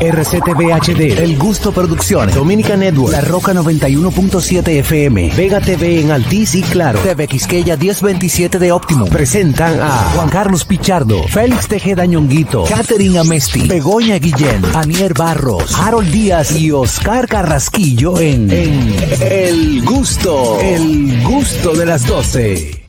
RCTV HD, El Gusto Producciones, Dominica Network, La Roca 91.7 FM, Vega TV en Altiz y Claro, TV Quisqueya 1027 de Optimum. Presentan a Juan Carlos Pichardo, Félix Tejeda Ñonguito, Katherine Amesti, Begoña Guillén, Anier Barros, Harold Díaz y Oscar Carrasquillo en, en El Gusto, El Gusto de las 12.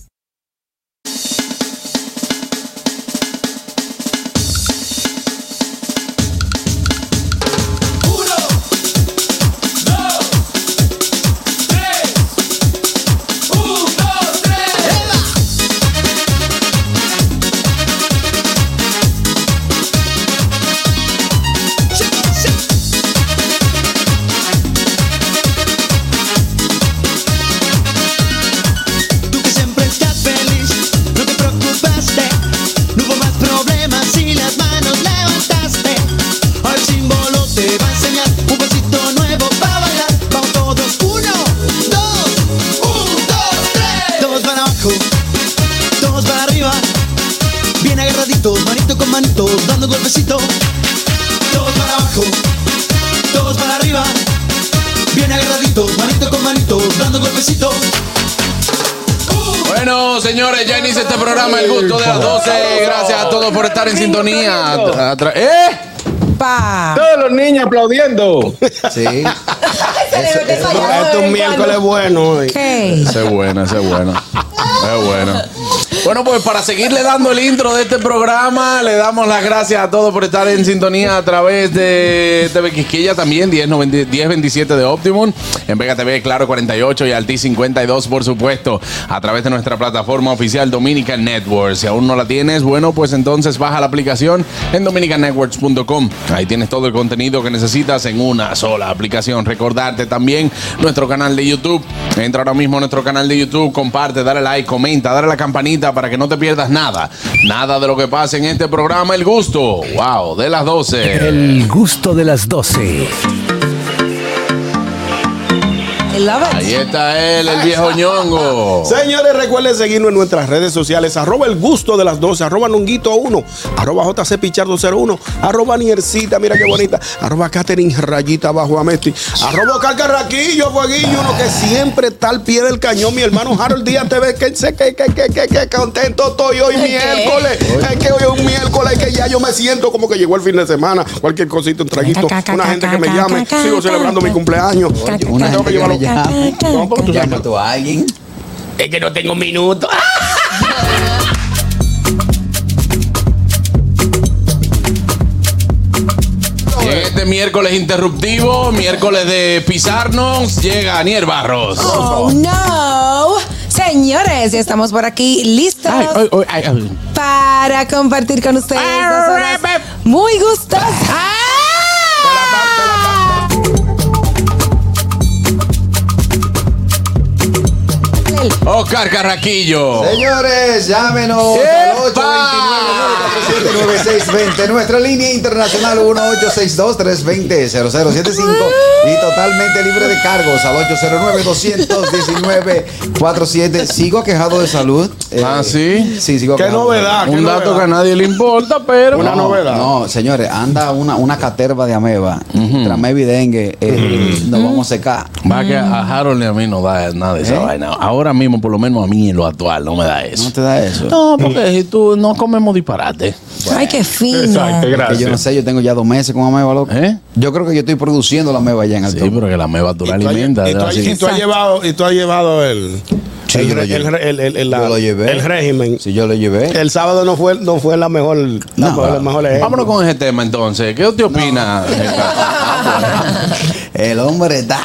Tú que siempre estás feliz, no te preocupaste, no hubo más problemas si las manos levantaste. Al símbolo te va a enseñar un pasito nuevo para bailar. Vamos todos, uno, dos, un, dos, tres. Todos para abajo, todos para arriba, bien agarraditos, manito con manito, dando golpecito. Todos para abajo, todos para arriba, bien agarraditos, manito con manito, dando golpecito. Bueno, señores, ya inicia este programa El Gusto de las 12. Gracias a todos por estar en sintonía. A- a- tra- ¿Eh? Todos los niños aplaudiendo. Sí. Esto es un miércoles bueno hoy. Ese es bueno, ese es bueno. Ese Es bueno. Bueno, pues para seguirle dando el intro de este programa, le damos las gracias a todos por estar en sintonía a través de TV Quisquilla también, 1090 1027 de Optimum, en Vega TV, claro, 48 y Alti 52, por supuesto, a través de nuestra plataforma oficial Dominican Network. Si aún no la tienes, bueno, pues entonces baja la aplicación en dominicannetworks.com. Ahí tienes todo el contenido que necesitas en una sola aplicación. Recordarte también nuestro canal de YouTube. Entra ahora mismo a nuestro canal de YouTube, comparte, dale like, comenta, dale a la campanita para que no te pierdas nada. Nada de lo que pase en este programa. El gusto, wow, de las 12. El Gusto de las 12. Ahí está él, el viejo ñongo. Señores, recuerden seguirnos en nuestras redes sociales. Arroba el gusto de las 12. Arroba nunguito1. Arroba jcpichardo01. Arroba niercita, mira qué bonita. Arroba Catherine rayita bajo amesti. Arroba Oscar Carraquillo, Fueguillo. Uno que siempre está al pie del cañón. Mi hermano Harold Díaz TV. Que sé que, que, que, que, que contento estoy hoy miércoles. Es que hoy es un miércoles que ya yo me siento como que llegó el fin de semana. Cualquier cosito, un traguito. Una gente que me llame. Sigo celebrando mi cumpleaños. Una Tengo que gente que me llevarlo. llame. No, pero tú sabes. Llama tú a alguien. Es que no tengo un minuto. Y en este miércoles interruptivo, miércoles de pisarnos, llega Anier Barros. Oh no, señores, ya estamos por aquí listos para compartir con ustedes dos horas muy gustosas. Oscar Carraquillo. Señores, llámenos al ¡Epa! 829-937-9620. Nuestra línea internacional 1862-320-0075. Y totalmente libre de cargos al 809-219-47. Sigo quejado de salud. eh, Ah, ¿sí? Sí, sigo Qué quejado de novedad. Un dato que a nadie le importa, pero. Una no, novedad. No, señores, anda una, una caterva de ameba, entre ameba y dengue, eh, nos vamos a secar. Va que a Harold y a mí no da nada de esa ¿Eh? vaina. Ahora mismo, por lo menos a mí en lo actual, no me da eso. ¿No te da eso? No, porque si tú no comemos disparate. Ay, qué fino. Exacto, Que yo no gracias. sé, yo tengo ya dos meses con ameba, loco. ¿Eh? Yo creo que yo estoy produciendo la ameba ya en el Sí, topo. pero que la meba tú la alimentas. Y tú, ¿verdad? has- Sí. y tú has Exacto. llevado, y tú has llevado el, Sí, el, yo lo re- llevé. el re- el- el- el- la- Yo lo llevé. el régimen. Si yo lo llevé. El sábado no fue, no fue la mejor, no No. fue la mejor ejemplo. Vámonos con ese tema entonces. ¿Qué te opina? El hombre está.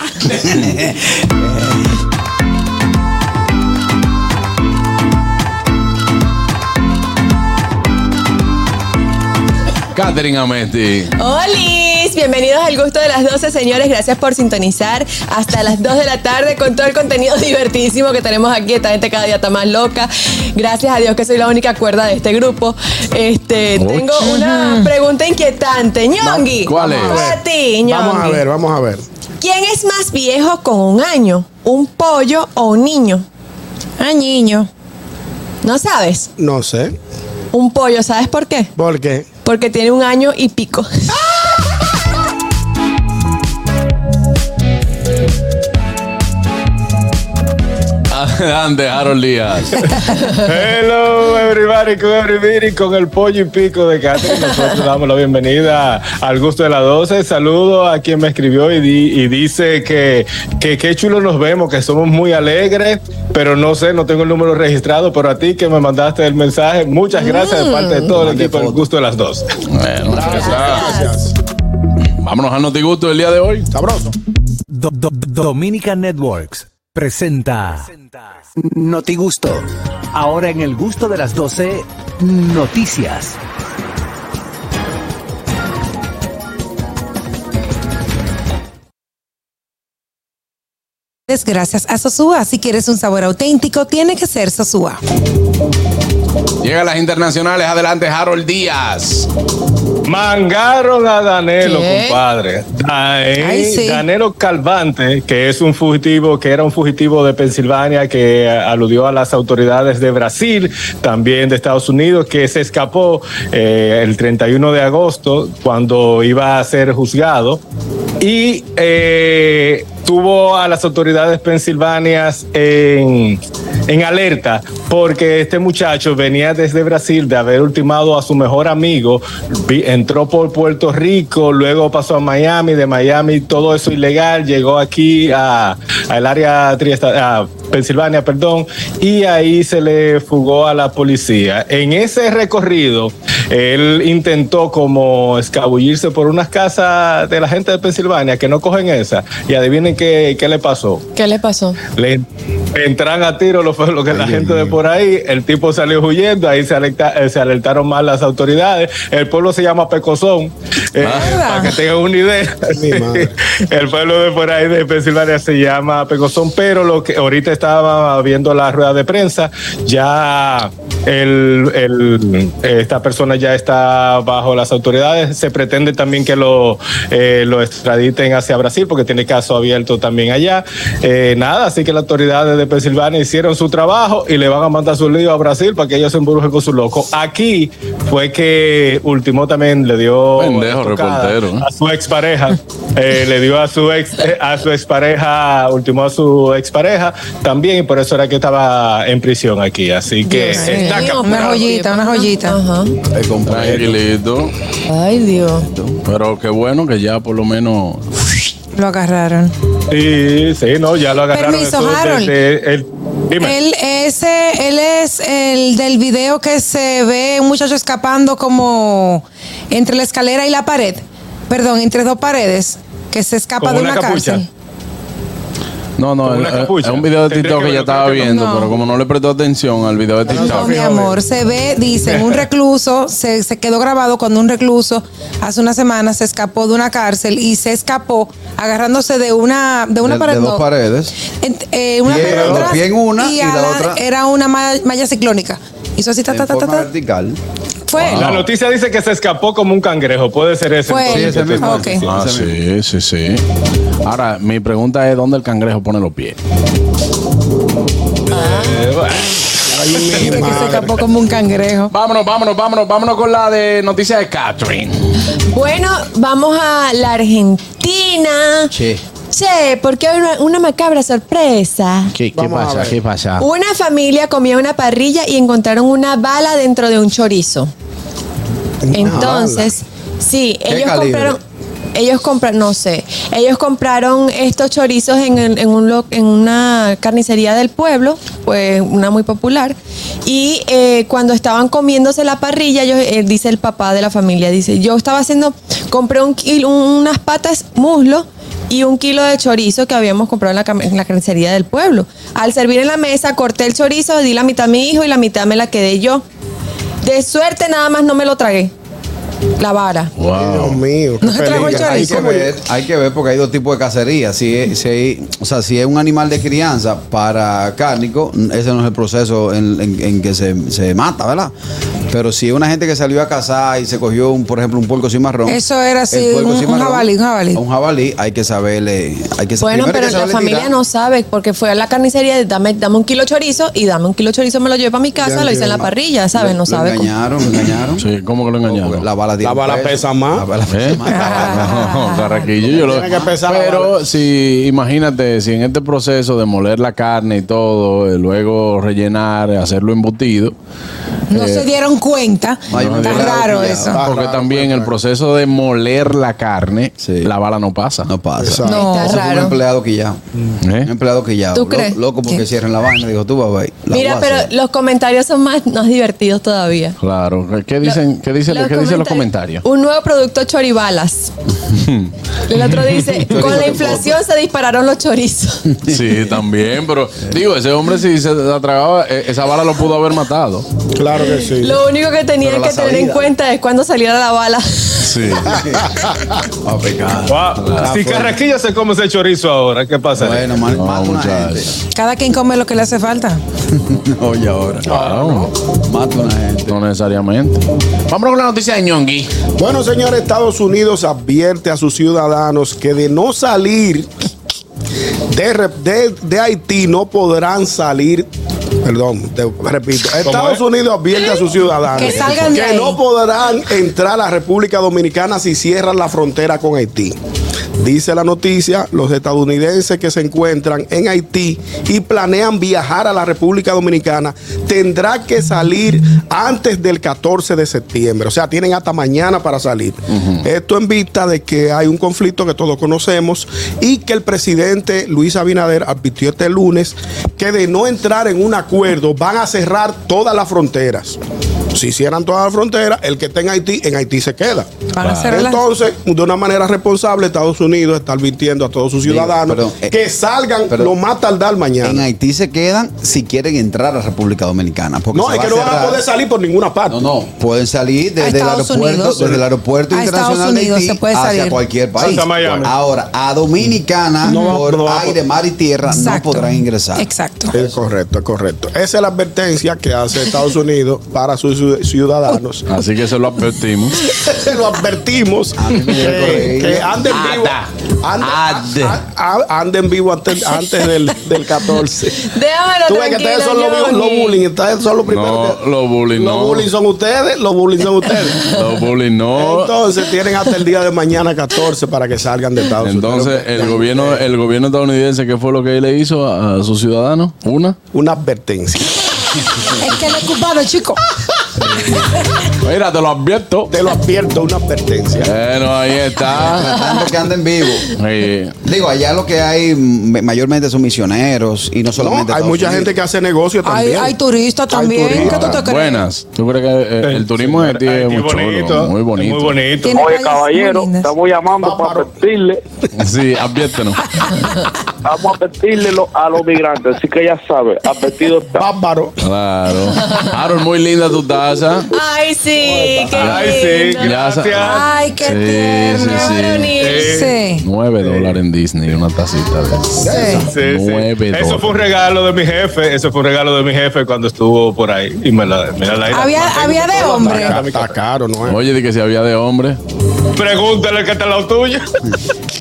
Catherine Amesti. ¡Holis! Bienvenidos al gusto de las 12, señores. Gracias por sintonizar hasta las 2 de la tarde con todo el contenido divertidísimo que tenemos aquí. Esta gente cada día está más loca. Gracias a Dios que soy la única cuerda de este grupo. Este, tengo una pregunta inquietante. Ñongui. ¿cuál es? Para ti, Ñongui. Vamos a ver, vamos a ver. ¿Quién es más viejo con un año? ¿Un pollo o un niño? Ay, niño. ¿No sabes? No sé. Un pollo, ¿sabes por qué? ¿Por qué? ¡Ah! Porque tiene un año y pico. Adelante, Harold Díaz. Hello, everybody, con everybody, con el pollo y pico de Catherine. Nosotros damos la bienvenida al gusto de las 12. Saludo a quien me escribió y, di- y dice que que qué chulo nos vemos, que somos muy alegres, pero no sé, no tengo el número registrado, pero a ti que me mandaste el mensaje, muchas gracias de parte de todo el equipo del gusto de las 12. Bueno, gracias. Vámonos al notigusto del día de hoy. Sabroso. Do- do- Dominica Networks presenta Noti Gusto. Ahora en el gusto de las 12, noticias. Gracias a Sosúa. Si quieres un sabor auténtico, tiene que ser Sosúa. Llega las internacionales. Adelante, Harold Díaz. Mangaron a Danelo, ¿Qué? compadre. Ahí, Ay, sí. Danelo Calvante, que es un fugitivo, que era un fugitivo de Pensilvania, que eh, aludió a las autoridades de Brasil, también de Estados Unidos, que se escapó eh, el 31 de agosto cuando iba a ser juzgado. Y eh, tuvo a las autoridades pensilvanias en, en alerta porque este muchacho venía desde Brasil de haber ultimado a su mejor amigo, vi- entró por Puerto Rico, luego pasó a Miami, de Miami todo eso ilegal, llegó aquí a- al área triesta, a Pensilvania, perdón, y ahí se le fugó a la policía. En ese recorrido, él intentó como escabullirse por unas casas de la gente de Pensilvania que no cogen esa, y adivinen qué, qué le pasó ¿Qué le pasó? le le entran a tiro lo, fue lo que la gente de por ahí, el tipo salió huyendo, ahí se, alerta- eh, se alertaron más las autoridades, el pueblo se llama Pecosón, eh, para que tengan una idea, el pueblo de por ahí de Pensilvania se llama Pecosón, pero lo que ahorita estaba viendo la rueda de prensa, ya el, el- esta persona ya está bajo las autoridades, se pretende también que lo, eh, lo extraditen hacia Brasil porque tiene caso abierto también allá. Eh, nada, así que las autoridades de Pensilvania hicieron su trabajo y le van a mandar su lío a Brasil para que ellos se embrujen con su loco. Aquí fue que último también le dio Pendejo tocada reportero, ¿eh? a su expareja. Eh, le dio a su ex eh, a su expareja, ultimó a su expareja también y por eso era que estaba en prisión aquí. Así que Dios está mío, capturado. Una joyita, una joyita. Ajá. Es completo. Tranquilito. Ay, Dios. Pero qué bueno que ya por lo menos. Lo agarraron. Sí, sí, no, ya lo agarraron. Permiso, Eso de- Harold. de- el- dime. Él, ese, él es el del video que se ve un muchacho escapando como entre la escalera y la pared. Perdón, entre dos paredes. Que se escapa Con de una una, capucha. cárcel. No, no, Con una eh, eh, capucha. es un video de Tendría TikTok que que ya verlo, estaba creo que no. viendo, No. pero como no le prestó atención al video de No, TikTok. mi amor, se ve, dicen, un recluso, se, se quedó grabado cuando un recluso hace una semana se escapó de una cárcel y se escapó agarrándose de una, de una De- pared. de dos no, paredes. en- eh, una Pie- pared atrás pie en una y a la otra- Era una ma- malla ciclónica. Hizo así, ta, En ta, ta, ta, forma ta. vertical. Fue. La noticia dice que se escapó como un cangrejo. Puede ser ese. Fue. entonces, Sí, ese que mismo. te- Ok. Ah, sí, sí, sí. Ahora, mi pregunta es: ¿dónde el cangrejo pone los pies? eh, bueno. Ay, mi Que se madre. escapó como un cangrejo. Vámonos, vámonos, vámonos, vámonos con la de noticias de Catherine. Bueno, vamos a la Argentina. Che, Che, porque hay una, una macabra sorpresa. ¿qué, qué Vamos a pasa? ver. ¿Qué pasa? Una familia comía una parrilla y encontraron una bala dentro de un chorizo. Entonces, sí, ¿Qué ellos calibre? compraron. Ellos compraron, no sé, ellos compraron estos chorizos en, el- en un lo- en una carnicería del pueblo, pues una muy popular. Y eh, cuando estaban comiéndose la parrilla, ellos- eh, dice el papá de la familia, dice, yo estaba haciendo, compré un kilo- unas patas muslo y un kilo de chorizo que habíamos comprado en la, cam- en la carnicería del pueblo. Al servir en la mesa, corté el chorizo, di la mitad a mi hijo y la mitad me la quedé yo. De suerte nada más no me lo tragué. La vara. Dios Wow. mío. No se trajo el peligro. Hay que, chorizo. ver, hay que ver porque hay dos tipos de cacería. Si, es- si hay- o sea, si es un animal de crianza para cárnico, ese no es el proceso en, en- en que se, se mata, ¿verdad? Pero si es una gente que salió a cazar y se cogió, un, por ejemplo, un puerco cimarrón. Eso era así, el puerco un- un cimarrón, jabalí, un jabalí. a Un jabalí, hay que saberle. Hay que Bueno, primero pero hay que la saberle familia tirar. no sabe porque fue a la carnicería de dame, dame un kilo de chorizo y dame un kilo de chorizo me lo llevé para mi casa, Ya lo hice en la entiendo. parrilla, ¿sabes? Lo- No sabe Lo cómo. engañaron, lo engañaron. Sí, ¿cómo que lo engañaron? La bala bala tiene La un bala peso. pesa más. La bala pesa ¿Eh? más. No, Carraquillo, yo lo- Tiene que pesar la pero si, imagínate, si en este proceso de moler la carne y todo, eh, luego rellenar, hacerlo embutido, eh, No se dieron cuenta. Eh, Ay, Está me hubiera raro olvidado. eso. Ah, porque claro, también claro. el proceso de moler la carne, Sí. la bala no pasa. No pasa. Exacto. No. Está Eso fue un raro. empleado que ya. ¿Eh? Un empleado que ya. ¿Tú crees? Loco porque ¿Qué? cierran la vaina. Dijo, tú, papá. la Mira, voy a pero hacer. los comentarios son más, más divertidos todavía. Claro. ¿Qué dicen, qué dicen, qué dicen los comentarios? Un nuevo producto choribalas. Uh. El otro dice, con la inflación se dispararon los chorizos. Sí, también, pero digo, ese hombre si se atragaba, eh, esa bala lo pudo haber matado. Claro que sí. Lo único que tenía Pero que la tener en salida. cuenta es cuando saliera la bala. Sí. Ah, pecado. Ah, Wow. si Carraquillo se come ese chorizo ahora, ¿qué pasa? Bueno, mal- No, mata una muchacho. gente. Cada quien come lo que le hace falta. Oye, ahora. Claro. Mata una gente. No necesariamente. Vamos con la noticia de Ñongui. Bueno, señores, Estados Unidos advierte a sus ciudadanos que de no salir de, re- de- de Haití no podrán salir. Perdón, te repito. Estados es? Unidos advierte a sus ciudadanos Que salgan de que ahí. no podrán entrar a la República Dominicana si cierran la frontera con Haití. Dice la noticia, los estadounidenses que se encuentran en Haití y planean viajar a la República Dominicana tendrán que salir antes del 14 de septiembre. O sea, tienen hasta mañana para salir. Esto en vista de que hay un conflicto que todos conocemos y que el presidente Luis Abinader advirtió este lunes que de no entrar en un acuerdo van a cerrar todas las fronteras. Si cierran todas las fronteras, el que está en Haití, en Haití se queda. Van a cerrar las- Entonces, de una manera responsable, Estados Unidos está advirtiendo a todos sus Digo, ciudadanos perdón, eh, que salgan perdón. lo más tardar En mañana. Haití se quedan si quieren entrar a República Dominicana. Porque No, se es va que no van a cerrar. poder salir por ninguna parte. No, no, pueden salir A desde el Estados aeropuerto, Unidos. desde el aeropuerto A internacional Estados Unidos de Haití se puede hacia salir. cualquier país. Hasta Miami. Ahora, a Dominicana No, por no va a aire, poder. mar y tierra Exacto. no podrán ingresar. Exacto. Es correcto, es correcto. Esa es la advertencia que hace Estados Unidos para sus ciu- ciudadanos. Así que se lo advertimos. Se lo advertimos A mí me que, recorrí. que anden vivo. Anden, Ade. a- a- anden vivo antes, antes del, del 14. Déjamelo Tú ves que tranquilo, ustedes son los Johnny. los bullying, ustedes son los primeros. No, que- los bullying Los no. bullying son ustedes, los bullying son ustedes. Los bullies no. Entonces tienen hasta el día de mañana 14 para que salgan de Estados Unidos. Entonces, el gobierno, el gobierno estadounidense, ¿qué fue lo que le hizo a, a sus ciudadanos? Una. Una advertencia. Es que él es cubano, chico. Mira, te lo advierto. Te lo advierto, una advertencia. Bueno, ahí está. Tanto que anden vivos. Sí. Digo, allá lo que hay mm, mayormente son misioneros y no No, solamente. hay Estados mucha Unidos. gente que hace negocio Este Hay, también. hay turistas también. turistas. ¿Qué tú te crees? Buenas. ¿Tú crees que eh, el turismo de ti es Haití muy chulo? Muy bonito. Muy bonito. Tiene Oye, calles muy caballero, lindas. estamos llamando Bárbaro. para pedirle, Sí, adviértenos. vamos a pedirle lo- a los migrantes, así que ya sabe, apetido está. Bárbaro. Claro. Harold, muy linda tu taza. Ay, sí, qué Ay, sí, lindo. gracias. gracias. Ay, qué Sí, tierno. sí, sí. Varonil. Sí. 9 dólares en Disney, una tacita de esas. Sí. Sí, sí. Nueve Eso fue un dólares. regalo de mi jefe. Eso fue un regalo de mi jefe cuando estuvo por ahí. Y me la, mira la Había, había de hombre. Está, está caro, ¿no es? Oye, di que si había de hombre. Pregúntale qué está lo tuyo.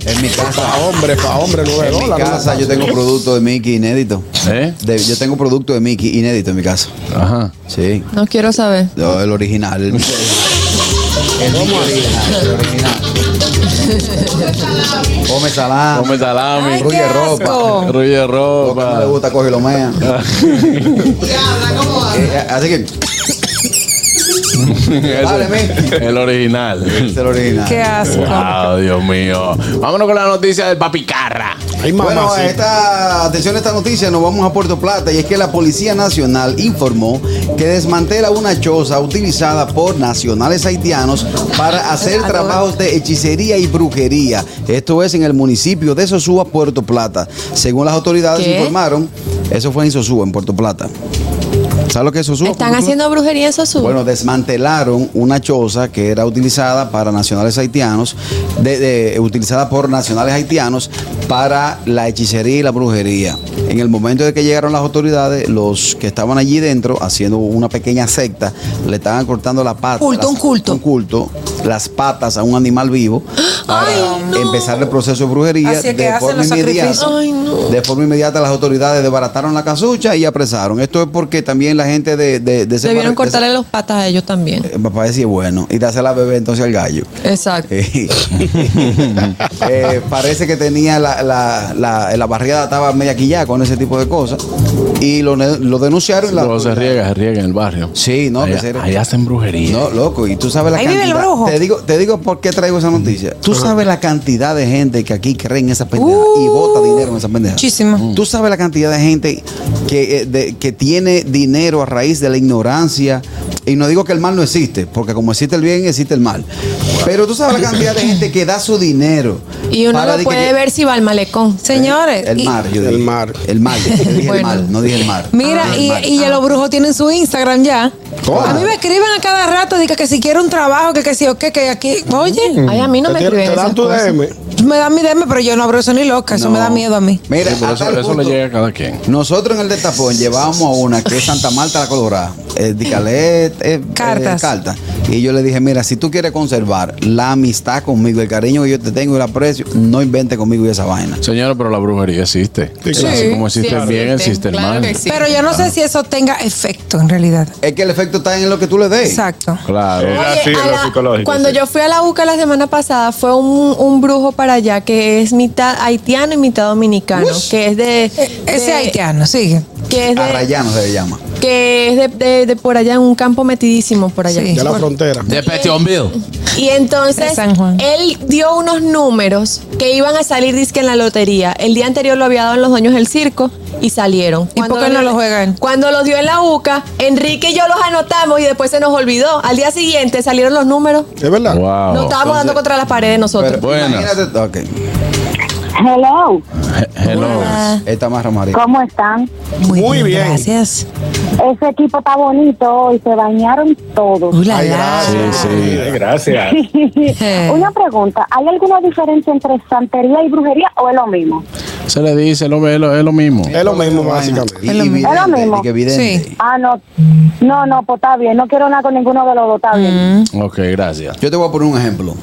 En mi casa, Pa' hombre, pa' hombre, nueve en mi dólares. casa ¿no? yo tengo producto de Mickey inédito. ¿Eh? De- yo tengo producto de Mickey inédito en mi casa. Ajá. Sí. No quiero saber. Yo, el original. El, el Mickey original. El original. Come salada. Come salami. Ay, Ruye qué ropa. asco. Ruye Lo que no le ropa. gusta, coge y lo mea. Eh, Así que, Eso, Dale, mi. el original. es el original. Qué asco. Ah, Dios mío. Vámonos con la noticia del papicarra. Ay, mamá, Bueno, sí. esta, atención a esta noticia, nos vamos a Puerto Plata y es que la Policía Nacional informó que desmantela una choza utilizada por nacionales haitianos para hacer trabajos de hechicería y brujería. Esto es en el municipio de Sosúa, Puerto Plata. Según las autoridades ¿Qué? informaron, eso fue en Sosúa, en Puerto Plata. ¿Sabes lo que es Sosúa? ¿Están Puerto Plata? haciendo brujería en Sosúa? Bueno, desmantelaron una choza que era utilizada para nacionales haitianos, de- de- utilizada por nacionales haitianos para la hechicería y la brujería. En el momento de que llegaron las autoridades, los que estaban allí dentro haciendo una pequeña secta, le estaban cortando la pata. Culto, las- un culto. Un culto, las patas a un animal vivo para Ay, no. empezar el proceso de brujería Así es que de hacen forma los inmediata. sacrificios. Ay, no. De forma inmediata las autoridades desbarataron la casucha y apresaron. Esto es porque también la gente de, de, de ese Debieron par- de ese- cortarle los patas a ellos también. Eh, Papá decía, bueno, y darse la bebé entonces al gallo. Exacto. Eh, eh, parece que tenía la, la, la, la barriada estaba media quillada con ese tipo de cosas. Y lo, ne- lo denunciaron. y la- Pero se riega, se riega en el barrio. Sí, no, que allá, se- allá hacen brujería. No, loco, y tú sabes la Ahí vive el cantidad. brujo. Te digo, te digo por qué traigo esa noticia. Tú sabes la cantidad de gente que aquí cree en esa pendeja Uh, y vota dinero en esa pendeja. muchísimo. Mm. Tú sabes la cantidad de gente que, eh, de- que tiene dinero a raíz de la ignorancia. Y no digo que el mal no existe, porque como existe el bien, existe el mal. Pero tú sabes la cantidad de gente que da su dinero. Y uno para lo de que- Eh, puede ver si va al malecón. Señores. El y- mar, yo dije. El mar. El mal. yo dije el Eh, Bueno. mal, no dije el mar. Mira, y, y ya los brujos tienen su Instagram ya. Ah, ¿Cómo? A mí me escriben a cada rato, diga que si quiero un trabajo, que que si o qué, que aquí. Mm. Oye, Ay, a mí no Te me tiran- escriben Te esas dan tu cosas. DM. me dan mi DM, pero yo no abro eso ni loca, eso me da miedo a mí. Mira, Sí, pero a eso, tal eso le punto- llega a cada quien. Nosotros en el destapón llevábamos a una que es Santa Marta la Colorada, eh, dígale, eh, eh, Cartas. carta. Y yo le dije, mira, si tú quieres conservar la amistad conmigo, el cariño que yo te tengo y el aprecio, no invente conmigo esa vaina. Señora, pero la brujería existe. Sí, Así como sí existe el bien, existe, existe el claro mal. que sí. Pero yo no sé si eso tenga efecto en realidad. Es que el efecto está en lo que tú le des. Exacto. Claro. Eh, Oye, así, a lo la- psicológico, Cuando sí. yo fui a la UCA la semana pasada, fue un, un brujo para allá que es mitad haitiano y mitad dominicano, que es de, E- de- Ese haitiano, sigue. que es de, Arrayano se le llama. que es de, de- de por allá en un campo metidísimo por allá. Sí. De la frontera. De Bill. Y entonces De San Juan. él dio unos números que iban a salir disque en la lotería. El día anterior lo había dado en los dueños del circo y salieron. ¿Y por qué no lo juegan? Cuando los dio en la UCA, Enrique y yo los anotamos y después se nos olvidó. Al día siguiente salieron los números. Es verdad. Wow. Nos estábamos dando contra las paredes nosotros. Pero Buenas. imagínate, ok, Hello, He- Hello. esta más María. ¿cómo están? Muy, Muy bien, bien. Gracias. Ese equipo está bonito hoy, se bañaron todos. Ulala. Ay, gracias. Sí, Ay, gracias. Eh. Una pregunta, ¿hay alguna diferencia entre santería y brujería o es lo mismo? Se le dice, lo, es, lo, es lo mismo. Es lo mismo, básicamente. Y, Es lo mismo. Es lo mismo. y que evidente. Sí. Ah, no, no, no, pues está bien, no quiero nada con ninguno de los dos, está bien. Mm. Ok, gracias. Yo te voy a poner un ejemplo.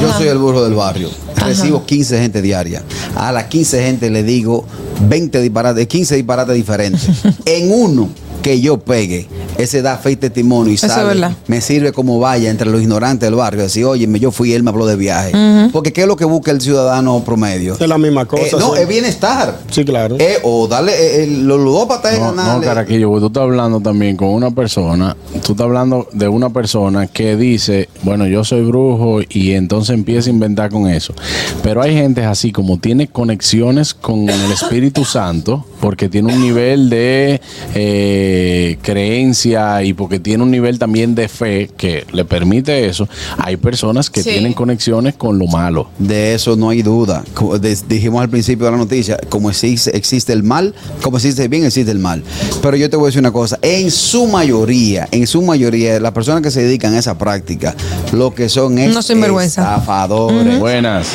Yo soy el burro del barrio. Recibo 15 gente diaria. A las 15 gente le digo 20 disparates, 15 disparates diferentes. en uno que yo pegue, ese da fe y testimonio y Eso es sabe, verdad. me sirve como vaya entre los ignorantes del barrio. Decir, oye, yo fui, él me habló de viaje. Porque ¿qué es lo que busca el ciudadano promedio? Es la misma cosa. Eh, no, sí. es bienestar. Sí, claro. Eh, o darle, eh, eh, los ludópatas es No, no, ganarle- Caraquillo, porque tú estás hablando también con una persona, tú estás hablando de una persona que dice, bueno, yo soy brujo y entonces empieza a inventar con eso. Pero hay gente así como tiene conexiones con el Espíritu Santo, porque tiene un nivel de eh, creencia y porque tiene un nivel también de fe que le permite eso. Hay personas que Sí. tienen conexiones con lo malo. De eso no hay duda. Como de- dijimos al principio de la noticia, como existe, existe el mal, como existe el bien, existe el mal. Pero yo te voy a decir una cosa, en su mayoría, en su mayoría, las personas que se dedican a esa práctica, lo que son es No sinvergüenza. estafadores. Buenas.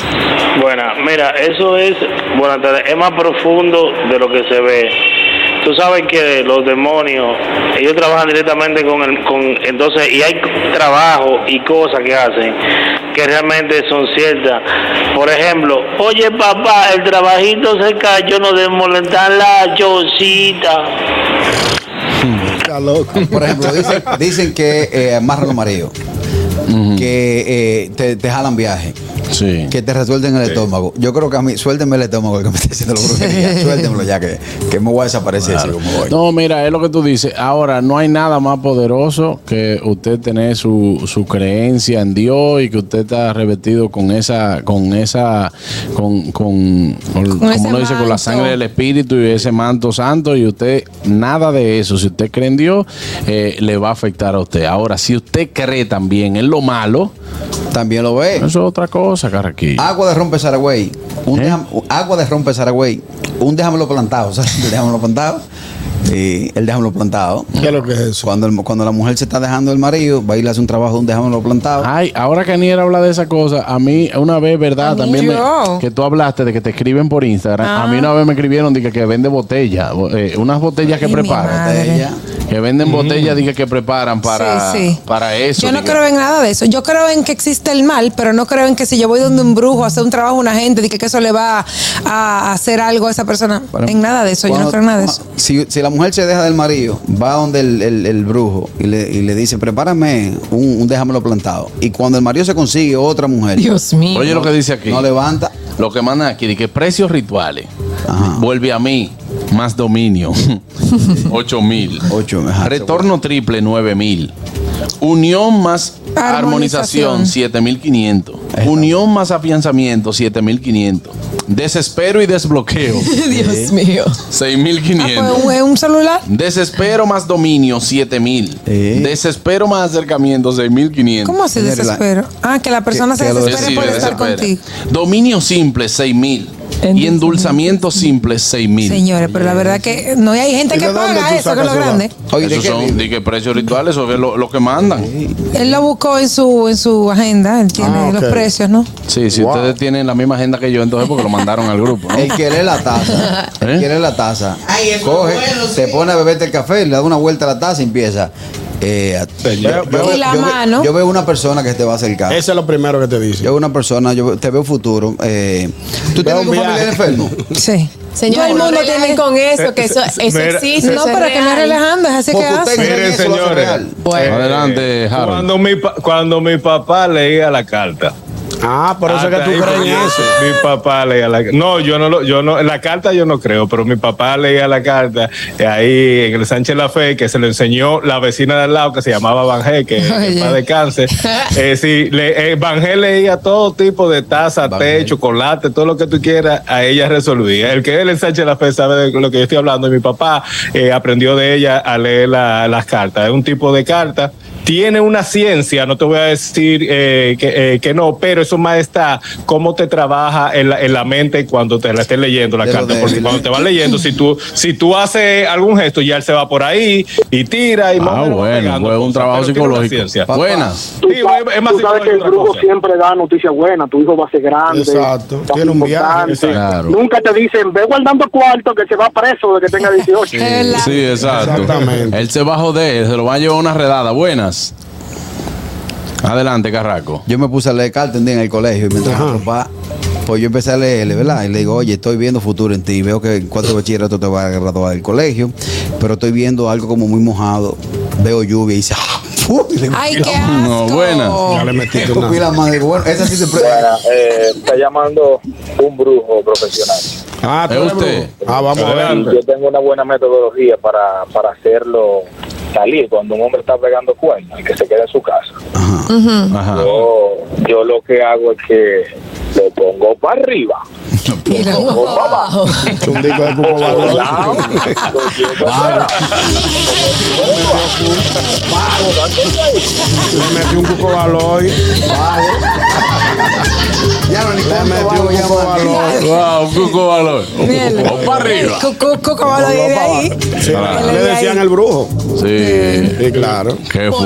Buena, mira, eso es, buenas tardes, es más profundo de lo que se ve. Tú sabes que los demonios, ellos trabajan directamente con el, con, entonces, y hay trabajo y cosas que hacen que realmente son ciertas. Por ejemplo, oye papá, el trabajito se cayó, nos desmolentan la chocita. Está loco. Por ejemplo, dicen, dicen que eh, amarran los mareos, que eh, te, te jalan viaje. Sí. Que te resuelten el estómago. Yo creo que a mí, suélteme el estómago que me está haciendo la brujería. Suéltemelo ya que, que me voy a desaparecer así como voy. No, mira, es lo que tú dices. Ahora, no hay nada más poderoso que usted tener su, su creencia en Dios y que usted está revestido con esa, con esa, con, con, como ese uno dice, con la manto. sangre del Espíritu y ese manto santo. Y usted, nada de eso. Si usted cree en Dios, eh, le va a afectar a usted. Ahora, si usted cree también en lo malo, También lo ve. eso es otra cosa, Carraquillo. Agua de rompe Saragüey. Un ¿Eh? déjam- agua de rompe Saragüey. Un déjamelo plantado. ¿Sabes? El déjamelo plantado. Y el déjamelo plantado. ¿Qué es lo que es eso? Cuando, el- cuando la mujer se está dejando el marido, va a ir a hacer un trabajo de un déjamelo plantado. Ay, ahora que Aniel habla de esa cosa, a mí una vez, ¿verdad? A mí También me- yo. que tú hablaste de que te escriben por Ah. Instagram. A mí una vez me escribieron de que, que vende botellas, bo- eh, unas botellas que Ay, mi preparan. madre. Ella. Que venden botellas dije, que preparan para, Sí, sí. para eso. Yo no dije. creo en nada de eso. Yo creo en que existe el mal, pero no creo en que si yo voy donde un brujo a hacer un trabajo a una gente, de que que eso le va a hacer algo a esa persona. en nada de eso. Yo no Cuando- creo en nada de eso. Si, si la mujer se deja del marido, va donde el, el- el brujo y le, y le dice, prepárame un, un déjamelo plantado. Y cuando el marido se consigue otra mujer. Dios mío. Oye lo que dice aquí. No levanta. Lo que mandan aquí, de que precios rituales. Vuelve a mí, más dominio. 8 mil. Retorno triple, 9 mil. Unión más Armonización. armonización, 7500. Unión más afianzamiento, 7500. Desespero y desbloqueo, Dios mío. 6500. Pues, ¿Es un celular? Desespero más dominio, 7000. Desespero más acercamiento, 6500. ¿Cómo se desespero? Ah, que la persona se desespere por estar contigo. Dominio simple, 6000. Y endulzamiento simple, 6000. Señores, pero la verdad que no hay gente que paga eso, que es lo grande. Esos son di que precios rituales, eso es lo, lo que mandan. Él lo buscó en su en su agenda, él tiene Ah, ok. los precios, ¿no? Sí, si ustedes tienen la misma agenda que yo, entonces porque lo mandaron al grupo. ¿no? ¿Eh? Él quiere la taza. Él quiere la taza. eso Coge, es bueno, te pone a beberte el café, le da una vuelta a la taza y empieza. eh, a- yo- yo veo- Y la yo veo- mano. yo veo una persona que te va a acercar. Eso es lo primero que te dice. Yo veo una persona, yo veo- te veo futuro. eh, Veo ¿Tú tienes un algún viaje. familiar enfermo? Sí. Señor, Todo el no mundo relajen tiene- con eso, que eso, Se- eso mira, existe. se- No, pero que no es relajando, es así que Porque hace. ustedes creen Miren, que eso va a ser señores. real. Eh, Adelante, Harold. Cuando mi, pa- cuando mi papá leía la carta. Ah, por eso Hasta que ahí tú crees en fue. eso. Mi papá leía la No, yo no lo, yo no, en la carta yo no creo, pero mi papá leía la carta eh, ahí en el Sánchez La Fe, que se lo enseñó la vecina de al lado que se llamaba Banje, que Oye. de cáncer. Eh, sí, le, eh, Banje leía todo tipo de taza, té, chocolate, todo lo que tú quieras, a ella resolvía. El que él en Sánchez La Fe sabe de lo que yo estoy hablando, y mi papá eh, aprendió de ella a leer la- las cartas. Es un tipo de carta tiene una ciencia, no te voy a decir eh, que, eh, que no, pero eso más está cómo te trabaja en la, en la mente cuando te la estés leyendo la De lo carta, débil. porque cuando te vas leyendo, si tú, si tú haces algún gesto, ya él se va por ahí y tira y más o Ah, menos va bueno, pegando fue un cosas, trabajo pero tiene una psicológico. ciencia. Papá. Buenas. Sí, es- es más tú sabes que el psicológico otra brujo cosa. siempre da noticias buenas. Tu hijo va a ser grande. Exacto. va a Tiene ser un viaje, importante. claro. Nunca te dicen, ve guardando cuarto que se va preso de que tenga 18. Es la- Sí, exacto. Exactamente. Él se va a joder, se lo va a llevar una redada. Buenas. Adelante, Carraco. Yo me puse a leer cartas un día en el colegio y me dijo, papá, pues yo empecé a leerle, ¿verdad? Y le digo, oye, estoy viendo futuro en ti. Veo que en cuatro bachillerato te vas a graduar del colegio, pero estoy viendo algo como muy mojado. Veo lluvia y dice, ¡ah! fu", Y le Ay, escupí qué la- asco. No, buena. Ya le le metiste escupí una. la madre. Digo, Bueno, esa sí se pre- eh, está llamando un brujo profesional. Ah, tú ¿Es eres usted? brujo. Ah, vamos a ver. Adelante. yo tengo una buena metodología para, para hacerlo salir cuando un hombre está pegando cuernos y que se quede en su casa. Ajá. Yo, yo lo que hago es que lo pongo para arriba, Y la- lo pongo para abajo, Chundico de cuco para los barroso. lados, lo llevo para Le metí un cuco balón. Ya no, ni Le tanto metí un vago, ya, cuco man. balón. Wow, Cuco Valor. Mierda. O para arriba. Cu- cu- cu- como lo de ahí. Sí, Claro. Le decían el brujo. Sí, Sí, claro. qué Por ti,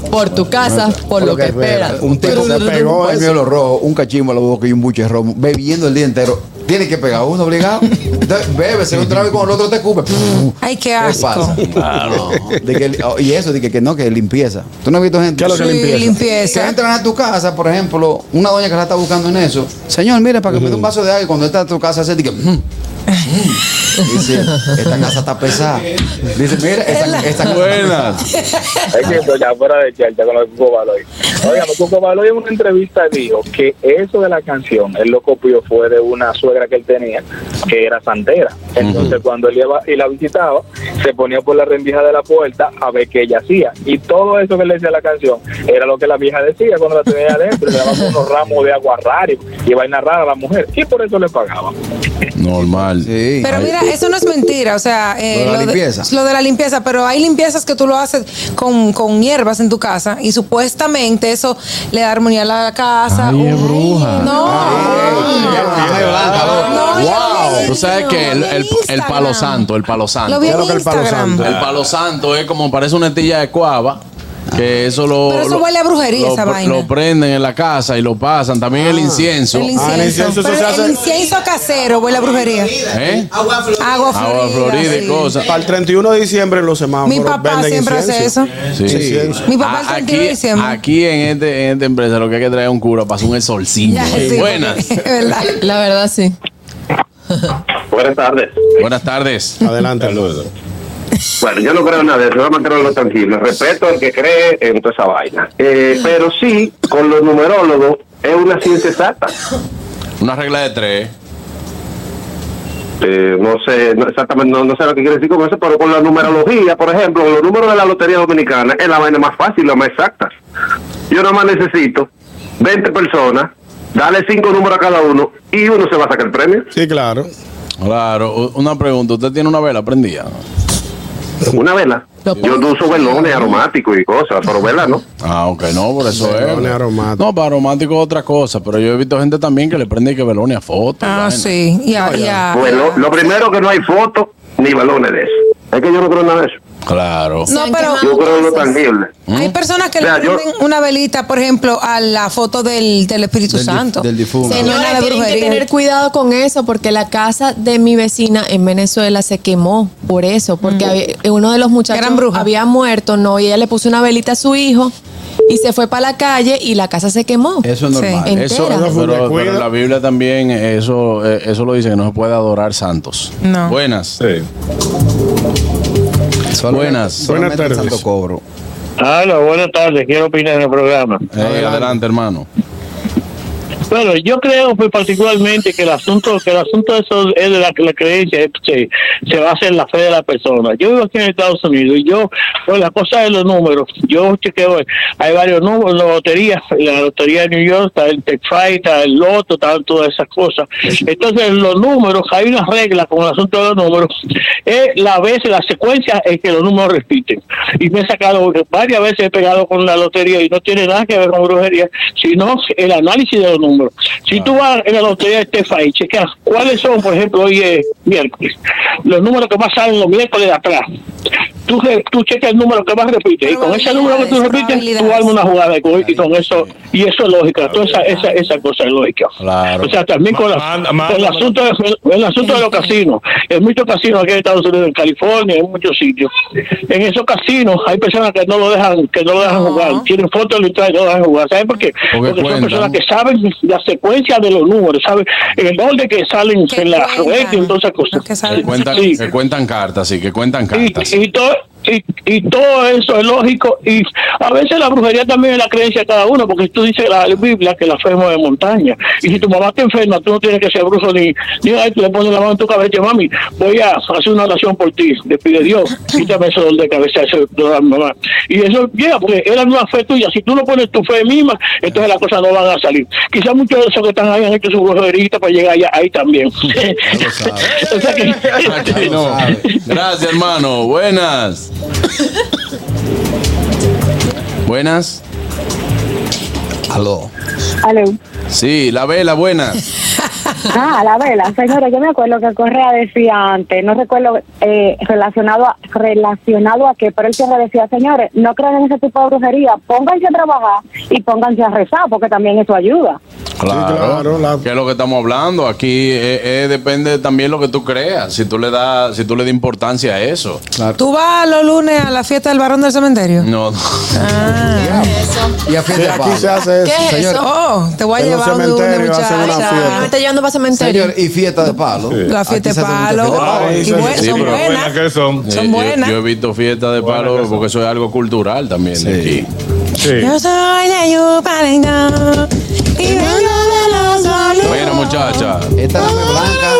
fuerte. por tu casa, por lo que esperas. Un tipo se pegó el mielo rojo, un cachimbo a la boca y un buche de romo, bebiendo el día entero. Tiene que pegar uno obligado. Entonces, Bebe, se lo trago y con el otro te escupe. Ay, qué ¿Qué asco. pasa? De que- oh, y eso, de que, que no, que limpieza. ¿Tú no has visto gente? ¿Qué es lo que Sí, limpieza? Que limpieza. entran a tu casa, por ejemplo, una doña que la está buscando en eso. Señor, mire, para que me dé un vaso de agua y cuando está a tu casa hace de que. mm, mm. Dice, esta casa está pesada. Dice, mira, esta, esta casa está Buenas. Es que estoy ya fuera de charla con lo de Cuco Baloy. Oigan, Cuco Baloy en una entrevista dijo que eso de la canción, él lo copió, fue de una suegra que él tenía, que era santera. Entonces, cuando él iba y la visitaba, se ponía por la rendija de la puerta a ver qué ella hacía. Y todo eso que le decía la canción era lo que la vieja decía cuando la tenía adentro. Le daba unos ramos de agua raro y vaina rara a la mujer. Y por eso le pagaban. Normal. pesada. Pero Sí. mira, eso no es mentira, o sea, eh, Lo de la limpieza. lo de la limpieza, pero hay limpiezas que tú lo haces con, con hierbas en tu casa y supuestamente eso le da armonía a la casa. Ay, Ah, es Uy, bruja. No. No, yo lo vi Tú sabes en- que el, lo vi el- en el Instagram. palo santo, el palo santo. Lo vi ¿Qué en es lo que el palo Instagram. santo? El palo santo es como parece una estilla de cuava. Que eso lo. Pero eso lo- huele a brujería, lo- esa vaina. Ah. Lo prenden en la casa y lo pasan. También el incienso. Ah, El incienso. Pero el incienso casero, huele a brujería. ¿Eh? Agua florida. Agua florida. Agua florida y sí. cosas. Para el 31 de diciembre los semáforos Mi papá venden siempre hace incienso. Sí. Incienso. Mi papá el Ah, 31 de diciembre. aquí en, este, en esta empresa lo que hay que traer es un cura para hacer un exorcismo. Ya, sí, Buenas. porque- ¿verdad? La verdad, sí. Buenas tardes. Buenas tardes. Adelante. Bueno, yo no creo en nada de eso, voy a mantenerlo tranquilo. Respeto al que cree en toda esa vaina. Eh, pero sí, con los numerólogos, es una ciencia exacta. Una regla de tres. Eh, no sé no, exactamente, no, no sé lo que quiere decir con eso, pero con la numerología, por ejemplo, con los números de la Lotería Dominicana, es la vaina más fácil, la más exacta. Yo nada más necesito 20 personas, darle 5 números a cada uno y uno se va a sacar el premio. Sí, claro. Claro, u- una pregunta. ¿Usted tiene una vela prendida? Una vela. Yo no uso velones aromáticos y cosas, pero vela no. Ah, ok, no, por eso es. Velones aromáticos. No, para aromático es otra cosa, pero yo he visto gente también que le prende y que velones a fotos. Ah, vaina. sí. Y a, y a- Pues lo, lo primero que no hay fotos ni balones de eso. Es que yo no creo en nada de eso. Claro. No, pero ¿Mm? Yo creo en lo tangible. hay personas que le Vea, yo- prenden una velita, por ejemplo, a la foto del, del Espíritu Del dif- Santo. del difunto. Sí, no es Señores, nada de tienen que brujería. tener cuidado con eso porque la casa de mi vecina en Venezuela se quemó por eso, porque había- uno de los muchachos Mm. Gran bruja. había muerto, no, y ella le puso una velita a su hijo y se fue para la calle y la casa se quemó. Eso es Sí. normal. En- Eso, entera. pero, Una pero cuida. en la Biblia también eso, eh, eso lo dice que no se puede adorar santos. No. Buenas. Sí. Solamente- Buenas. solamente Buenas en tardes. Santo Cobro. Hola, buenas tardes. Quiero opinar en el programa. Eh, adelante. hermano. Bueno, yo creo pues, particularmente que el asunto que el asunto de eso es de la, la creencia eh, se, se basa en la fe de la persona. Yo vivo aquí en Estados Unidos y yo, pues la cosa de los números, yo chequeo, eh, hay varios números, la lotería, la lotería de New York, está el Tech Fight, está el Loto, están todas esas cosas. Entonces, los números, hay unas reglas con el asunto de los números, es la vez, la secuencia es que los números repiten. Y me he sacado varias veces he pegado con la lotería y no tiene nada que ver con brujería, sino el análisis de los números. Si tú vas en la lotería de Estefa y checas cuáles son, por ejemplo, hoy es miércoles, los números que más salen los miércoles de atrás. Tú, re- tú checas el número que más repite y con ese número que tú repites, tú armas una jugada y con, y con eso, y eso es lógica, toda esa, esa, esa cosa es lógica. Claro. O sea, también con, la- Manda- con el manda- asunto de, el asunto de los casinos. En muchos casinos aquí en Estados Unidos, en California, en muchos sitios. En esos casinos hay personas que no lo dejan, que no lo dejan jugar. Tienen fotos ilustradas y no lo dejan jugar. ¿Saben por qué? Porque Porque, cuentan. son personas que saben la secuencia de los números, saben el orden que salen Que en la cuentan. red y en todas esas cosas. Los que saben. Que cuentan, Sí. que cuentan cartas, sí, que cuentan Y, cartas. y todo y, y todo eso es lógico y a veces la brujería también es la creencia de cada uno porque tú dices la Biblia que la fe mueve montaña y si tu mamá está enferma tú no tienes que ser brujo ni, ni ay, tú le pones la mano en tu cabeza y, mami voy a hacer una oración por ti le pide Dios quítame ese dolor de cabeza ese dolor a mi mamá y eso llega porque es la misma fe tuya si tú no pones tu fe misma entonces las cosas no van a salir quizás muchos de esos que están ahí han hecho su brujerita para llegar allá ahí también Ya lo sabes. o sea que Aquí no. Gracias, hermano. Buenas. Buenas. Aló. Aló. Sí, la vela, buenas. Ah, la vela. Señora, yo me acuerdo que Correa decía antes, no recuerdo eh, relacionado, a, relacionado a qué, pero él siempre decía, señores, no crean en ese tipo de brujería, pónganse a trabajar y pónganse a rezar, porque también eso ayuda. Claro. claro, la- Que es lo que estamos hablando. Aquí eh, eh, depende también lo que tú creas. Si tú le das, si tú le das importancia a eso. ¿Tú vas los lunes a la fiesta del varón del cementerio? No, no. Y a fin Sí, de aquí pago. se hace ¿Qué eso. es Señor. eso? Oh, te voy a En los llevar un lunes, cementerios hacen una Ah, me muchacha. fiesta. está llevando para cementerio. Señor, y fiesta de palo. La fiesta Aquí se de hace mucha palo. fiesta de Oh, Ay, y sí, buen- sí, son pero buenas. que son. Son Eh, yo- buenas. Yo, he visto fiestas de Buenas que palo son. porque eso es algo cultural también. de aquí. Sí. Yo soy la yupareña y vengo de los molinos. Bueno, ¿eh? muchacha. Esta dame blanca.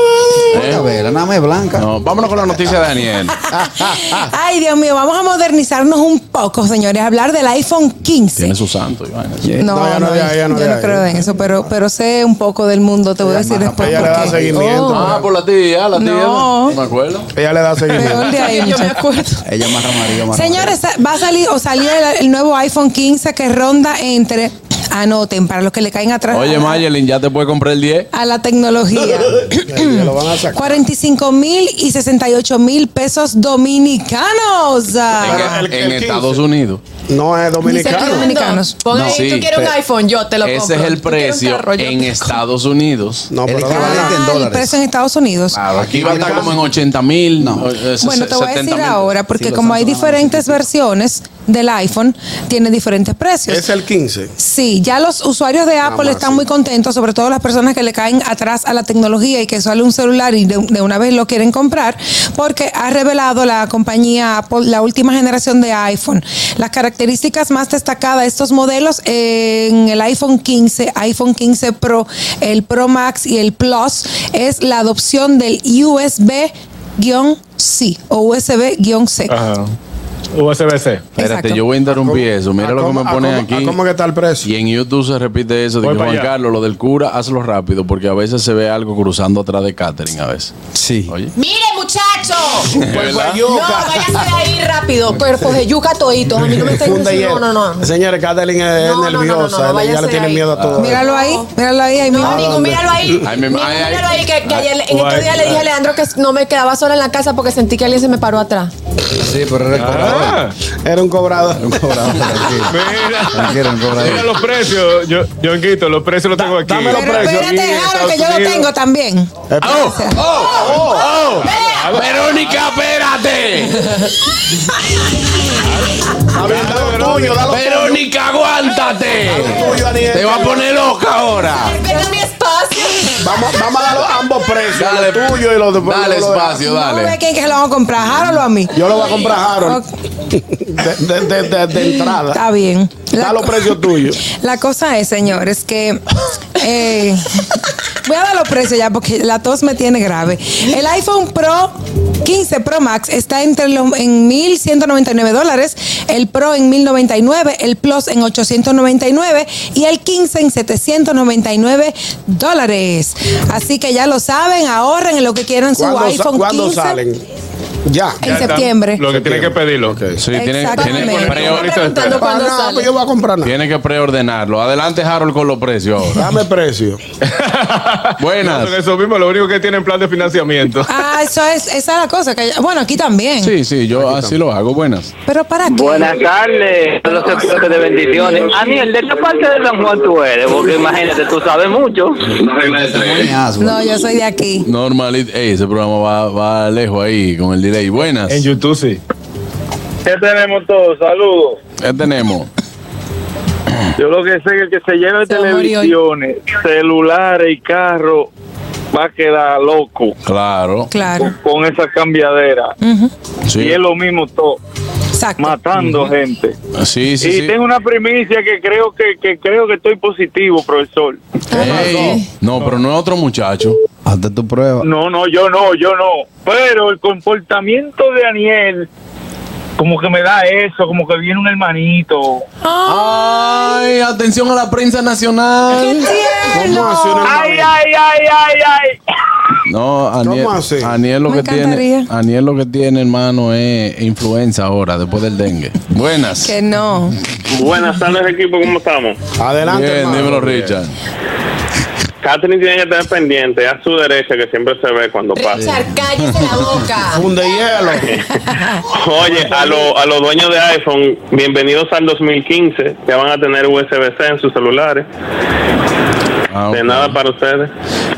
Esta vela, nada más es blanca. No, vámonos con la noticia de Daniel. Ay, Dios mío, vamos a modernizarnos un poco, señores. Hablar del iPhone 15. Tiene su santo, Iván. No, Eh, No, ya no no, de ahí, ya no yo de no ahí. creo en eso, pero, pero sé un poco del mundo, te voy a decir después. Ella le da porque- Oh. seguimiento. Ah, por la tía, la tía. No. me acuerdo. Ella le da seguimiento. Peor de ahí, Yo me muchacho. acuerdo. Ella amarra amarillo, amarra Señores, sa- va a salir o salió el, el nuevo iPhone 15 que ronda entre Anoten para los que le caen atrás Oye, a, la- Mayelin, ya te puedes comprar el 10. a la tecnología. Lo van a sacar. 45 mil y 68 mil pesos dominicanos. Pero el- En, en el 15. Estados Unidos. No es Ah, Dice dominicano. que Dominicanos. Ponga No, ahí, sí, tú quieres un pero- iPhone, yo te lo compro. Ese es el Tú quieres un precio carro, yo en te- Estados Unidos. No, El pero lo van a- equivalente en Ah, el dólares. preso en Estados Unidos. Claro, aquí va a estar como en 80 mil. No. eh, Bueno, te voy a 70 decir mil. ahora, porque como hay diferentes versiones del iPhone, tiene diferentes precios. es el 15. Sí, ya los usuarios de Apple más, están sí. muy contentos, sobre todo las personas que le caen atrás a la tecnología y que sale un celular y de, de una vez lo quieren comprar, porque ha revelado la compañía Apple la última generación de iPhone. Las características más destacadas de estos modelos en el iPhone 15, iPhone 15 Pro, el Pro Max y el Plus es la adopción del USB-C o USB-C. Ajá. USB-C. Espérate, Exacto. yo voy a interrumpir eso. Mira lo que me ponen ¿A aquí. ¿Cómo que está el precio? Y en YouTube se repite eso de Voy que para Juan allá. Carlos, lo del cura, hazlo rápido, porque a veces se ve algo cruzando atrás de Catherine a veces. Sí. Oye. Mire, muchacho. Pues No, váyase de ahí rápido. Cuerpos de yuca toditos. A mí no me estén Funda y diciendo. No, no, no. Señores, Kathleen es No, no, no, nerviosa. no, no, ella váyase le tiene ahí. miedo a todo. Míralo ahí, míralo ahí, ahí mismo. No, Nico, míralo ahí. Ay, mi- Nico, ay, ay. míralo ahí. Que, que ayer, en Guay, estos días le dije a Leandro que no me quedaba sola en la casa porque sentí que alguien se me paró atrás. Sí, pero era el cobrador. Ah, Era un cobrado. Un cobrador, tranquilo. Tranquilo, mira. un cobrador. Mira los precios. Yo, Jonquito, los precios los tengo aquí. dame los Pero espérate, Jaro, que yo lo tengo también. Eh, ¡Oh! ¡Oh! ¡Oh! ¡Oh! ¡Verónica, espérate! Está bien, da lo tuyo, da lo ¡Verónica, aguántate! tuyo, Daniel. ¡Te va a poner loca ahora! Respeta mi espacio. Vamos, vamos a darlo a ambos precios. Dale, lo tuyo y lo de Dale lo de- espacio, ¿Tú ves dale. quién que se lo van a comprar? ¿Harold o a mí? Yo lo voy a comprar a Harold. De, de- de- de- de entrada. Está bien. Da los co- precios tuyos. La cosa es, señores, que eh, voy a dar los precios ya porque la tos me tiene grave. El iPhone Pro 15 Pro Max está entre los en 1.199 dólares, el Pro en 1.099, el Plus en 899 y el 15 en 799 dólares. Así que ya lo saben, ahorren en lo que quieran su ¿Cuándo, sa- iPhone cuándo 15 salen? Ya. en septiembre. Lo que tiene que pedirlo. Sí, tiene, tiene, Exactamente. que Estaba pre- preguntando Ah, cuándo no, pues sale. yo voy a comprar nada. tiene que preordenarlo. Adelante, Harold, con los precios ahora. Dame precio. Buenas. No, son eso mismo, lo único que tienen plan de financiamiento. Ah, eso es, esa es la cosa. Que, bueno, aquí también. Sí, sí, yo así lo hago. Buenas. Pero para qué. Buenas tardes, a los expertos de bendiciones. Aniel, ¿de qué parte de San Juan tú eres? Porque imagínate, tú sabes mucho. Coñazo. No, yo soy de aquí. Normalito. Ey, ese programa va, va lejos ahí con el delay. Buenas. En YouTube sí. ¿Qué tenemos todos? Saludos. ¿Qué tenemos? Yo lo que sé es que el que se lleve Se va a morir hoy. televisiones, celulares y carro va a quedar loco Claro. Claro. con, con esa cambiadera. Sí, Y es lo mismo todo, Exacto. matando gente. sí, sí. y sí. tengo una primicia que creo que, que creo que estoy positivo, profesor. Ey, no, pero no es otro muchacho. Hazte tu prueba. No, no, yo no, yo no. Pero el comportamiento de Aniel como que me da eso, como que viene un hermanito. Ay, atención a la prensa nacional. ¿Cómo así un Ay, hermano? ay, ay, ay, ay. No, Aniel, ¿Cómo así? Aniel lo Me que tiene, encantaría. Aniel lo que tiene, hermano, es influenza ahora, después del dengue. Buenas. Que no. Buenas tardes, equipo, ¿cómo estamos? Adelante, Bien, hermano. dímelo, Richard. Catherine tiene que estar pendiente, a su derecha, que siempre se ve cuando pasa. Richard, cállese la boca. Funde hielo. Oye, a, lo- a los dueños de iPhone, bienvenidos al 2015, que van a tener USB-C en sus celulares. Ah, De ok. nada para ustedes.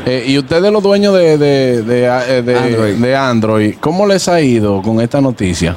Eh, y ustedes, los dueños de, de, de, eh, de- Android. de Android, ¿cómo les ha ido con esta noticia?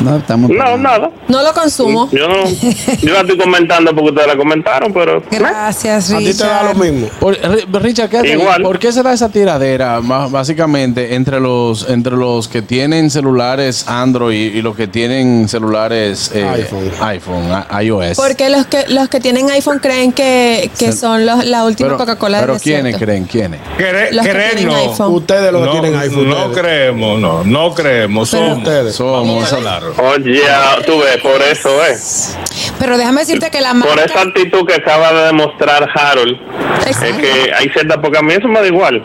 No, estamos. No, nada. No lo consumo. Yo no. Yo la estoy comentando porque ustedes la comentaron, pero. Gracias, A ti te da lo Richard. mismo. Por- Ri- Richard, ¿qué- Igual. ¿por qué se da esa tiradera ma- básicamente entre los entre los que tienen celulares Android y los que tienen celulares eh, iPhone. iPhone, a- iOS? Porque los que, los que tienen iPhone creen que, que son los, la última pero, Coca-Cola pero del ¿quiénes desierto. creen? ¿Quiénes? Cre- Los que creer tienen no. iPhone. Ustedes lo que tienen iPhone. No ustedes. creemos, no, no creemos. Pero- somos. Ustedes. Somos, Vamos a hablar. Oye, tú ves, por eso es. Pero déjame decirte que la Por esa marca. actitud que acaba de demostrar Harold, es que hay ciertas, porque a mí eso me da igual,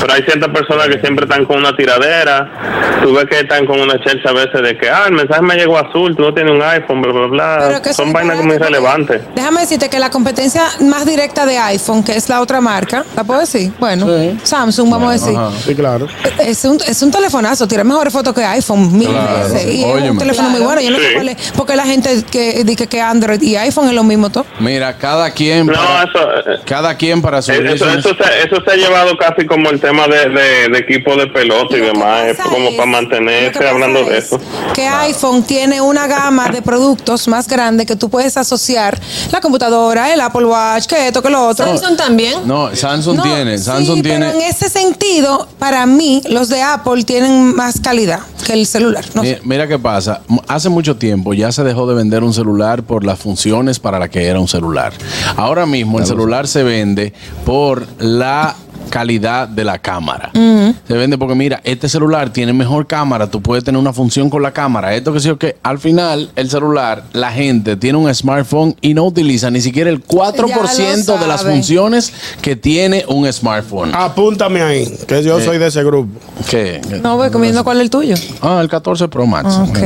pero hay ciertas personas que siempre están con una tiradera, tú ves que están con una chelcha a veces de que, ah, el mensaje me llegó azul, tú no tienes un iPhone, bla, bla, Pero que bla, son son vainas como baratas, irrelevantes. Déjame decirte que la competencia más directa de iPhone, que es la otra marca, ¿la puedo decir? Bueno, Samsung, vamos a decir. Sí, claro. Es un, es un telefonazo, tira mejores fotos que iPhone, mil Claro. veces. Y es Óyeme. un teléfono muy bueno. Yo no sé Sí. cuál es. Porque la gente que dice que Android y iPhone es lo mismo todo. Mira, cada quien No, para, eso, eh, cada quien para su Eso, reasons. eso, se, eso se ha llevado casi como el tema de, de, de equipo de pelota y Lo que demás, es pasa como es- para lo que mantenerse pasa hablando de es eso. Que iPhone tiene una gama de productos más grande que tú puedes asociar la computadora, el Apple Watch, que esto, que lo otro. Samsung también. No, Samsung No, tiene, sí, Samsung tiene. Pero en ese sentido, para mí, los de Apple tienen más calidad que el celular. No Mi- sé. Mira, qué pasa. M- Hace mucho tiempo ya se dejó de vender un celular por las funciones para las que era un celular. Ahora mismo el celular se vende por la calidad de la cámara. Mm. Se vende porque mira, este celular tiene mejor cámara, tú puedes tener una función con la cámara, esto que sí o que al final el celular, la gente tiene un smartphone y no utiliza ni siquiera el 4% de las sabe. funciones que tiene un smartphone. Eh, Apúntame ahí, que yo soy de ese grupo. ¿Qué? No voy comiendo cuál es el tuyo. Ah, el 14 Pro Max. Ok.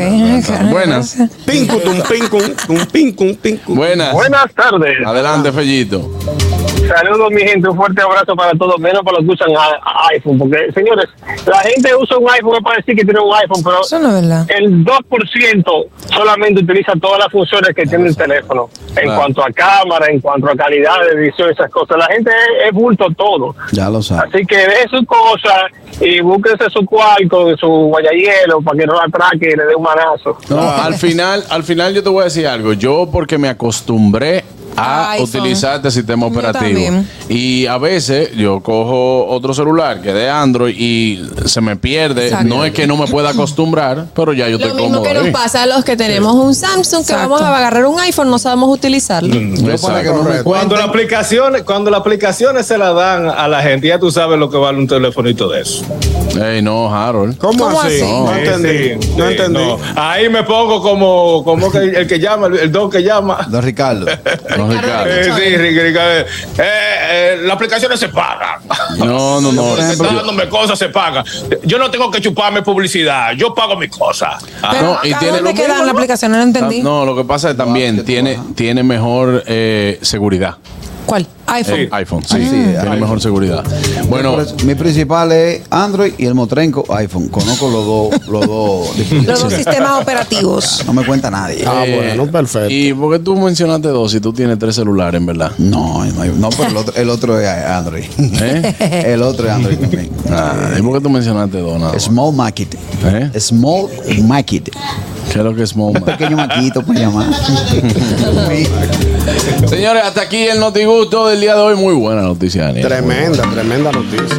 Buenas. Pincum, tum, pincum, tum, pincum, pincum. Buenas. Buenas tardes. Adelante, Fellito. Saludos, mi gente. Un fuerte abrazo para todos, menos para los que usan a- iPhone. Porque, señores, la gente usa un iPhone es para decir que tiene un iPhone, pero Eso no es verdad. el 2% solamente utiliza todas las funciones que tiene el teléfono. En Claro. cuanto a cámara, en cuanto a calidad de edición, esas cosas. La gente es, es bulto todo. Ya lo sabes. Así que de sus cosas y búsquese su con su guayahielo, para que no la atraque y le dé un manazo. No, al final, al final yo te voy a decir algo. Yo porque me acostumbré a iPhone. utilizar este sistema Yo operativo. también. Y a veces yo cojo otro celular que es de Android y se me pierde. Exacto. No es que no me pueda acostumbrar, pero ya yo Lo estoy mismo cómodo. que nos ahí. pasa a los que tenemos un Samsung, que Exacto. vamos a agarrar un iPhone, no sabemos utilizarlo. Mm, Yo para que Exacto. no me Cuando cuenten- las aplicaciones, cuando las aplicaciones se las dan a la gente, ya tú sabes lo que vale un telefonito de eso. Ey, no, Harold. ¿Cómo, ¿Cómo así? así? No Sí, entendí. sí, no sí, entendí. no. Ahí me pongo como, como que el que llama, el- el don que llama. Don Ricardo. No, Ricardo. Eh, sí, Ricky, Ricky, eh, eh, las aplicaciones se pagan. No, no, no. Por ejemplo, está dándome cosas, se pagan. Yo no tengo que chuparme publicidad, yo pago mis cosas. Ah, Pero, no, y ¿a tiene lo dónde quedan mismo, ¿no? las Ah, aplicaciones? No entendí. No, lo que pasa es No, también que tú tiene, bajas. tiene mejor eh, seguridad. ¿Cuál? iPhone. Sí. iPhone, sí. Así es, tiene iPhone. mejor seguridad. Bueno, Por eso, mi principal es Android y el motrenco iPhone. Conozco los dos, los Los dos dos. dispositivos. sistemas operativos. No me cuenta nadie. Ah, eh, bueno, perfecto. ¿Y por qué tú mencionaste dos si tú tienes tres celulares, en verdad? No, no, no, pero el otro, el otro es Android. ¿Eh? El otro es Android también. Ah, ¿Y por qué tú mencionaste dos nada más? Small market. ¿Eh? Small market. ¿Qué es lo que es Small Man? Pequeño maquito para llamar. Señores, hasta aquí el Notigusto del día de hoy. Muy buena noticia, Daniel. Tremenda, tremenda noticia.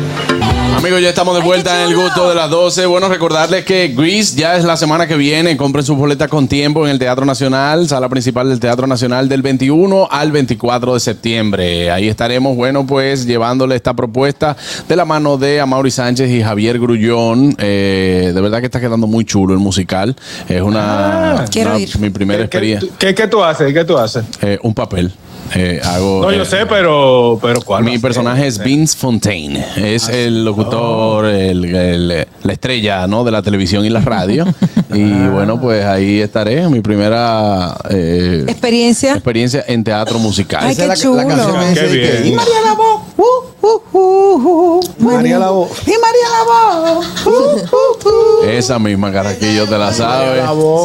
Amigos, ya estamos de vuelta en el gusto de las 12. Bueno, recordarles que Grease ya es la semana que viene. Compren sus boletas con tiempo en el Teatro Nacional, sala principal del Teatro Nacional del 21 al 24 de septiembre. Ahí estaremos, bueno, pues llevándole esta propuesta de la mano de Amaury Sánchez y Javier Grullón. Eh, de verdad que está quedando muy chulo el musical. Es una, Ah, Quiero una- ir. mi primera ¿Qué- qué- experiencia. ¿Qué, qué tú haces? ¿Qué tú haces? Eh, un papel. Eh, hago, No, yo eh, sé, pero, pero ¿cuál? va mi a ser? Eh. Ah, personaje es Vince Fontaine. Es el Oh. locutor, el- el- la estrella ¿no? de la televisión y la radio. y bueno, pues ahí estaré. Mi primera eh, Experiencia. experiencia en teatro musical. Ay, Esa qué es la, la chulo. canción que Qué dice que- bien. y María Labó. Uh, uh, uh, uh. María Labó. Y María Labó. Uh, uh, uh. Esa misma carraquillo te la sabe.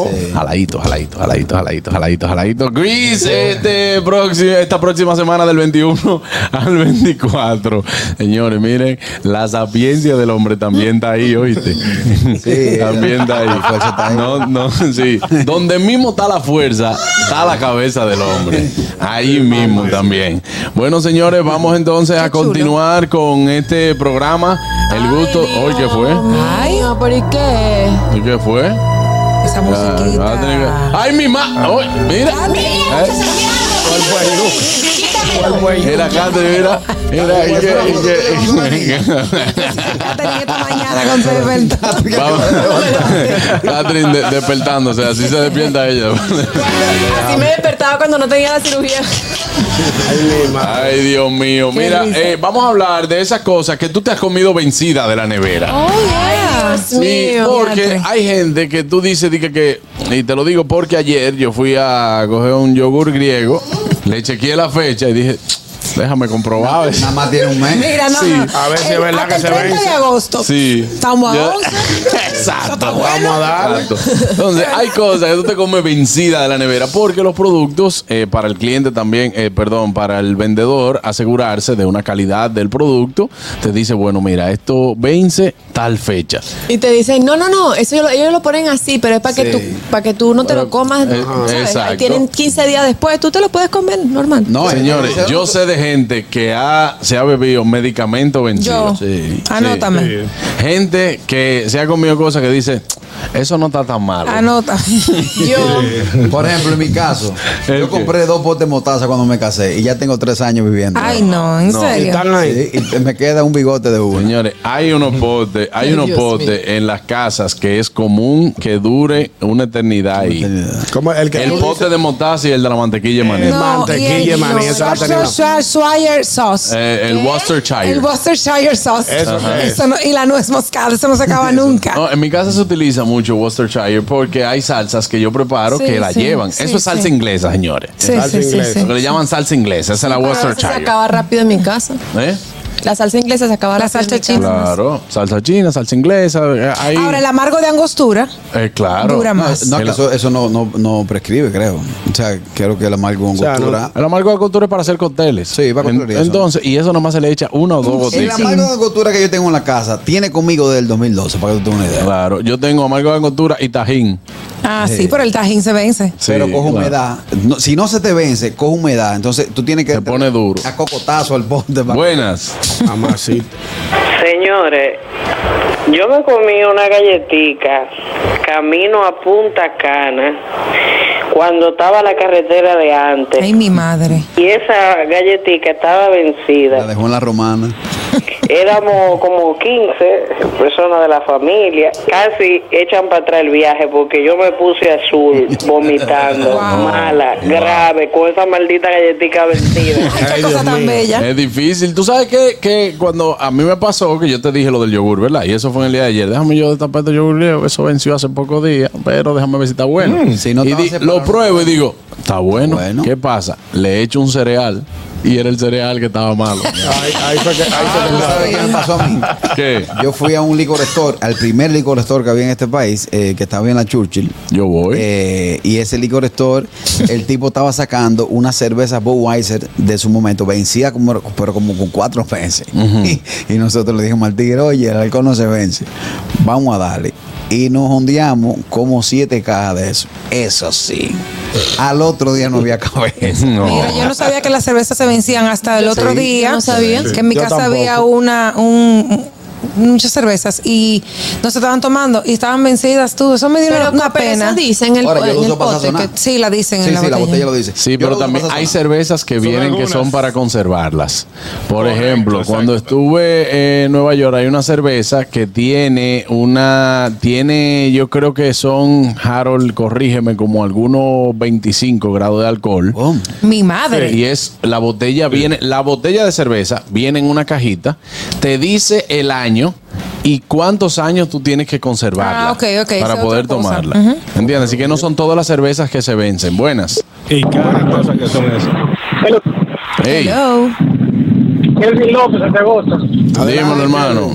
Jaladito, jaladito, jaladito, jaladito, jaladito, jaladito. Gris, este próximo, esta próxima semana del 21 al 24. Señores, miren, la sapiencia del hombre también está ahí, oíste. Sí. también está ahí. La fuerza está ahí. No, no, sí. Donde mismo está la fuerza, está la cabeza del hombre. Ahí mismo también. Bueno, señores, vamos entonces a Qué chulo. continuar con este programa. El gusto. Hoy, ¿qué fue? Ay, no, pero ¿y qué? ¿Y ¿Qué fue? Esa Ah, va a tener que- musiquita. ¿Eh? ¡Ay, mi ma! ¡Ay, mira! Gabriel, ¿Eh? Quítame Era Catherine, mira. Era y que- y que- Catherine esta mañana con su despertar. Vamos. Catherine de- despertándose, así se despierta ella. Así me despertaba cuando no tenía la cirugía. Ay, Dios mío. Mira, risa. eh, vamos a hablar de esas cosas que tú te has comido vencida de la nevera. Oh, Ah, Dios Sí, mío. porque hay gente que tú dices, dice que, y te lo digo porque ayer yo fui a coger un yogur griego, le chequeé la fecha y dije, déjame comprobar. a ver". Nada más tiene un mes. Mira, no, Sí, no. a ver si es El- verdad hasta que el se 30 de vence. agosto. Sí. Estamos a Ya- 11. Exacto. Vamos a darle. Exacto. Entonces, hay cosas que tú te comes vencida de la nevera porque los productos, eh, para el cliente también, eh, perdón, para el vendedor, asegurarse de una calidad del producto, te dice, bueno, mira, esto vence tal fecha. Y te dicen, no, no, no, eso yo lo- ellos lo ponen así, pero es para que, Sí. tú, para que tú no te Pero, lo comas. eh, ¿sabes? exacto. Ahí Tienen 15 días después, tú te lo puedes comer normal. No, Señores, eh, yo sé de gente que ha, se ha bebido medicamento vencido. Yo. Sí, Anótame. sí. Gente que se ha comido cosas que dice, eso no está tan malo. Anota. Yo, Por ejemplo, en mi caso, ¿El yo qué? compré dos potes de mostaza cuando me casé y ya tengo tres años viviendo. Ay, no, en serio. Están ahí. Sí, y me queda un bigote de uno. Señores, hay unos potes, hay Ay, unos Dios potes en las casas que es común que dure una eternidad ahí. Como el que El tú pote de mostaza y el de la mantequilla de maní. No. mantequilla, y maní, el esa la Worcestershire- Worcestershire sauce. Eh, el Worcestershire. El Worcestershire sauce. Eso Ajá. es. Eso no- y la nuez moscada, eso no se acaba nunca. No, en mi casa se utiliza mucho Worcestershire porque hay salsas que yo preparo Sí, que la sí, llevan. sí, Eso es salsa sí. inglesa, señores. sí, salsa sí, Ah, sí, inglesa. sí. Lo que le llaman salsa inglesa, esa es la pero a veces se Worcestershire. acaba rápido en mi casa. ¿Eh? La salsa inglesa se acaba La rápido en mi salsa casa. china. pues. Claro, salsa china, salsa inglesa. eh, Ahí, Ahora, el amargo de angostura. eh, claro. dura más. No, El- que eso, eso no, no, no prescribe, creo. O sea, creo que la amargo con sea, no- cultura. El amargo de cultura es para hacer cócteles. Sí, para En- cócteles, eso. Entonces, y eso nomás se le echa una o dos El gotitas. amargo de cultura que yo tengo en la casa tiene conmigo desde el 2012, para que tú tengas una idea. Claro, yo tengo amargo de angostura y tajín. Ah, sí, pero el tajín se vence. Sí, pero coge claro. humedad. No, si no se te vence, coge humedad. Entonces tú tienes que. Se pone duro. A cocotazo al bote. para- Buenas. Mamacita. Señores, yo me comí una galletica camino a Punta Cana cuando estaba la carretera de antes Ay, mi madre. y esa galletica estaba La vencida. dejó en la romana. Éramos como 15 personas de la familia, casi echan para atrás el viaje porque yo me puse azul, vomitando, mala, grave, con esa maldita galletica vencida. Ay, qué cosa tan bella. Es difícil. Tú sabes que, que cuando a mí me pasó, que yo te dije lo del yogur, ¿verdad? Y eso fue en el día de ayer. Déjame yo destapar este yogur griego, eso venció hace pocos días, pero déjame ver si está bueno. Mm, si no y estaba di- separado. lo pruebo y digo, está bueno. bueno. ¿Qué pasa? Le echo un cereal y era el cereal que estaba malo. Ahí, ahí fue que. Ahí fue que ¿Tú sabes Ah, qué me pasó a mí? ¿Qué? Yo fui a un licor store, al primer licor store que había en este país, eh, que estaba en la Churchill. Yo voy. Eh, y ese licor store, el tipo estaba sacando una cerveza Budweiser de su momento, vencida como, pero como con cuatro meses. y, nosotros le dijimos al tigre, oye, el alcohol no se vence, vamos a darle. Y nos ondeamos como siete cajas de eso. Eso sí. Al otro día no había cabeza. Mira, yo no sabía que las cervezas se vencían hasta el otro sabía, día. yo no sabía. Que en mi Yo casa tampoco. había una, un- muchas cervezas y no se estaban tomando y estaban vencidas tú. Eso me dio Pero una, una pero pena. eso dice en el, Ahora, yo en lo el uso para pote. sazonar. que- Sí, la dicen Sí, en la sí, la botella. botella lo dice. Sí, Yo pero lo uso también para hay sazonar. cervezas que vienen que son algunas. para conservarlas. Por Correcto, ejemplo, exacto. cuando estuve eh, en Nueva York hay una cerveza que tiene una, tiene, yo creo que son, Harold, corrígeme, como algunos 25 grados de alcohol. Boom. Mi madre. Y es la botella viene, la botella de cerveza viene en una cajita, te dice el año y cuántos años tú tienes que conservarla Ah, ok, ok, esa es para poder otra cosa. tomarla. ¿Entiendes? Así que no son todas las cervezas que se vencen. Buenas. Y cada cosa que son esas. Hey. Hello. Kelvin López, de agosto. Dímelo, hermano.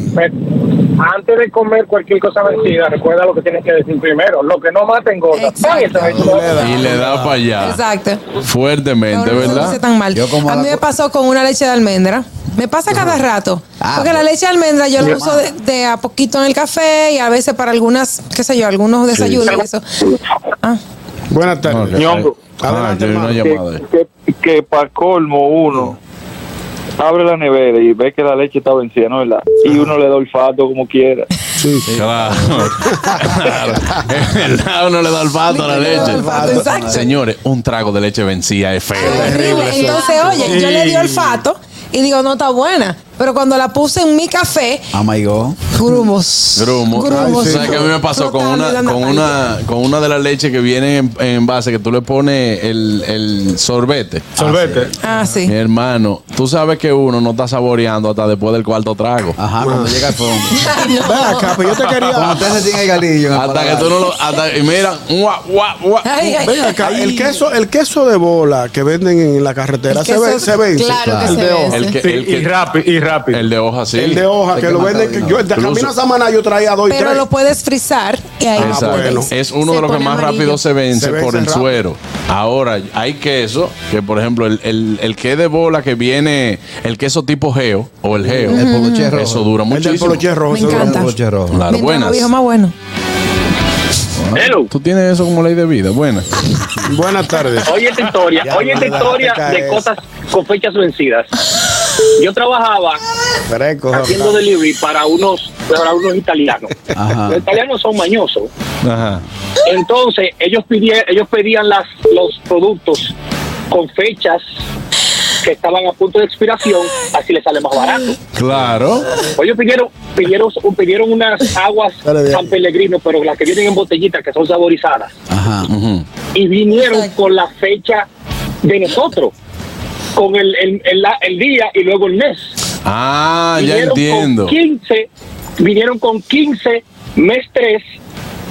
Antes de comer cualquier cosa vencida, recuerda lo que tienes que decir primero. Lo que no mata engorda. Exacto. Ay, eso Y le da para allá. Exacto. Fuertemente, No, no se dice ¿verdad? tan mal. Yo como a la mí me co- pasó con una leche de almendra. Me pasa cada rato. Ah, porque la bueno. leche de almendra yo la uso de, de a poquito en el café y a veces para algunas, qué sé yo, algunos desayunos y eso. Ah, Buenas tardes. Ok. Ñongo. Ah, Adelante, tiene una hermano. llamada. Que, que, para colmo uno abre la nevera y ve que la leche está vencida, ¿no verdad? Y uno le da olfato como quiera. Claro. Claro. Es verdad, uno le da olfato a la Le da leche. olfato, exacto. Señores, un trago de leche vencida es feo. Horrible. Entonces, oye, yo le di olfato y digo, no está buena. Pero cuando la puse en mi café, Oh my God. grumos. Grumo. Grumos. Ay, ¿Sabes qué a mí me pasó con Frotando una, la con una, con una de las leches que viene en, en envase que tú le pones el, el sorbete? Sorbete. Ah, sí. Mi hermano, tú sabes que uno no está saboreando hasta después del cuarto trago. Ajá, cuando llega el fondo. Ah. Ven acá, pues yo te Cuando quería. usted se tiene el galillo. en el Hasta que paladar. tú no lo. Hasta, y mira, guau, guau, guau. Ay, ay, Ven acá, el queso, el queso de bola que venden en la carretera El se, queso- ve- se vence. Claro que el se de hoja. vence. El que, Sí, el, y que, rápido, y rápido. el de hoja, sí. El de hoja Hay que que lo matar venden. de que una Yo vez. de camino Incluso- a Samaná yo traía dos y Pero tres. lo puedes frizar y ahí Ah, tú Exacto. bueno. puedes- Es uno Se de los que pone más amarillo. rápido se vence Se vence por el rápido. suero. Ahora, hay queso, que por ejemplo, el, el, el que de bola que viene, el queso tipo geo o el geo, El poloché rojo. eso dura El del muchísimo. poloche rojo. Me ese duro. encanta. Poloche rojo. Claro, Mientras más buenas. viejo, más bueno. Hello. Tú tienes eso como ley de vida, buena. Buenas tardes. Oye esta historia, Ya, oye esta no, historia déjate de caer. cosas con fechas vencidas. Yo trabajaba Fresco. haciendo delivery para unos, para unos italianos. Ajá. Los italianos son mañosos. Ajá. Entonces, ellos pedían, ellos pedían las, los productos con fechas que estaban a punto de expiración, así les sale más barato. Claro. O ellos pidieron, pidieron, pidieron unas aguas Dale, dale. San Pellegrino, pero las que vienen en botellitas, que son saborizadas, Ajá. Ujú. y vinieron con la fecha de nosotros, con el, el, el, la- el día y luego el mes. Ah, ya Vinieron entiendo. Con 15, vinieron con 15 mes 3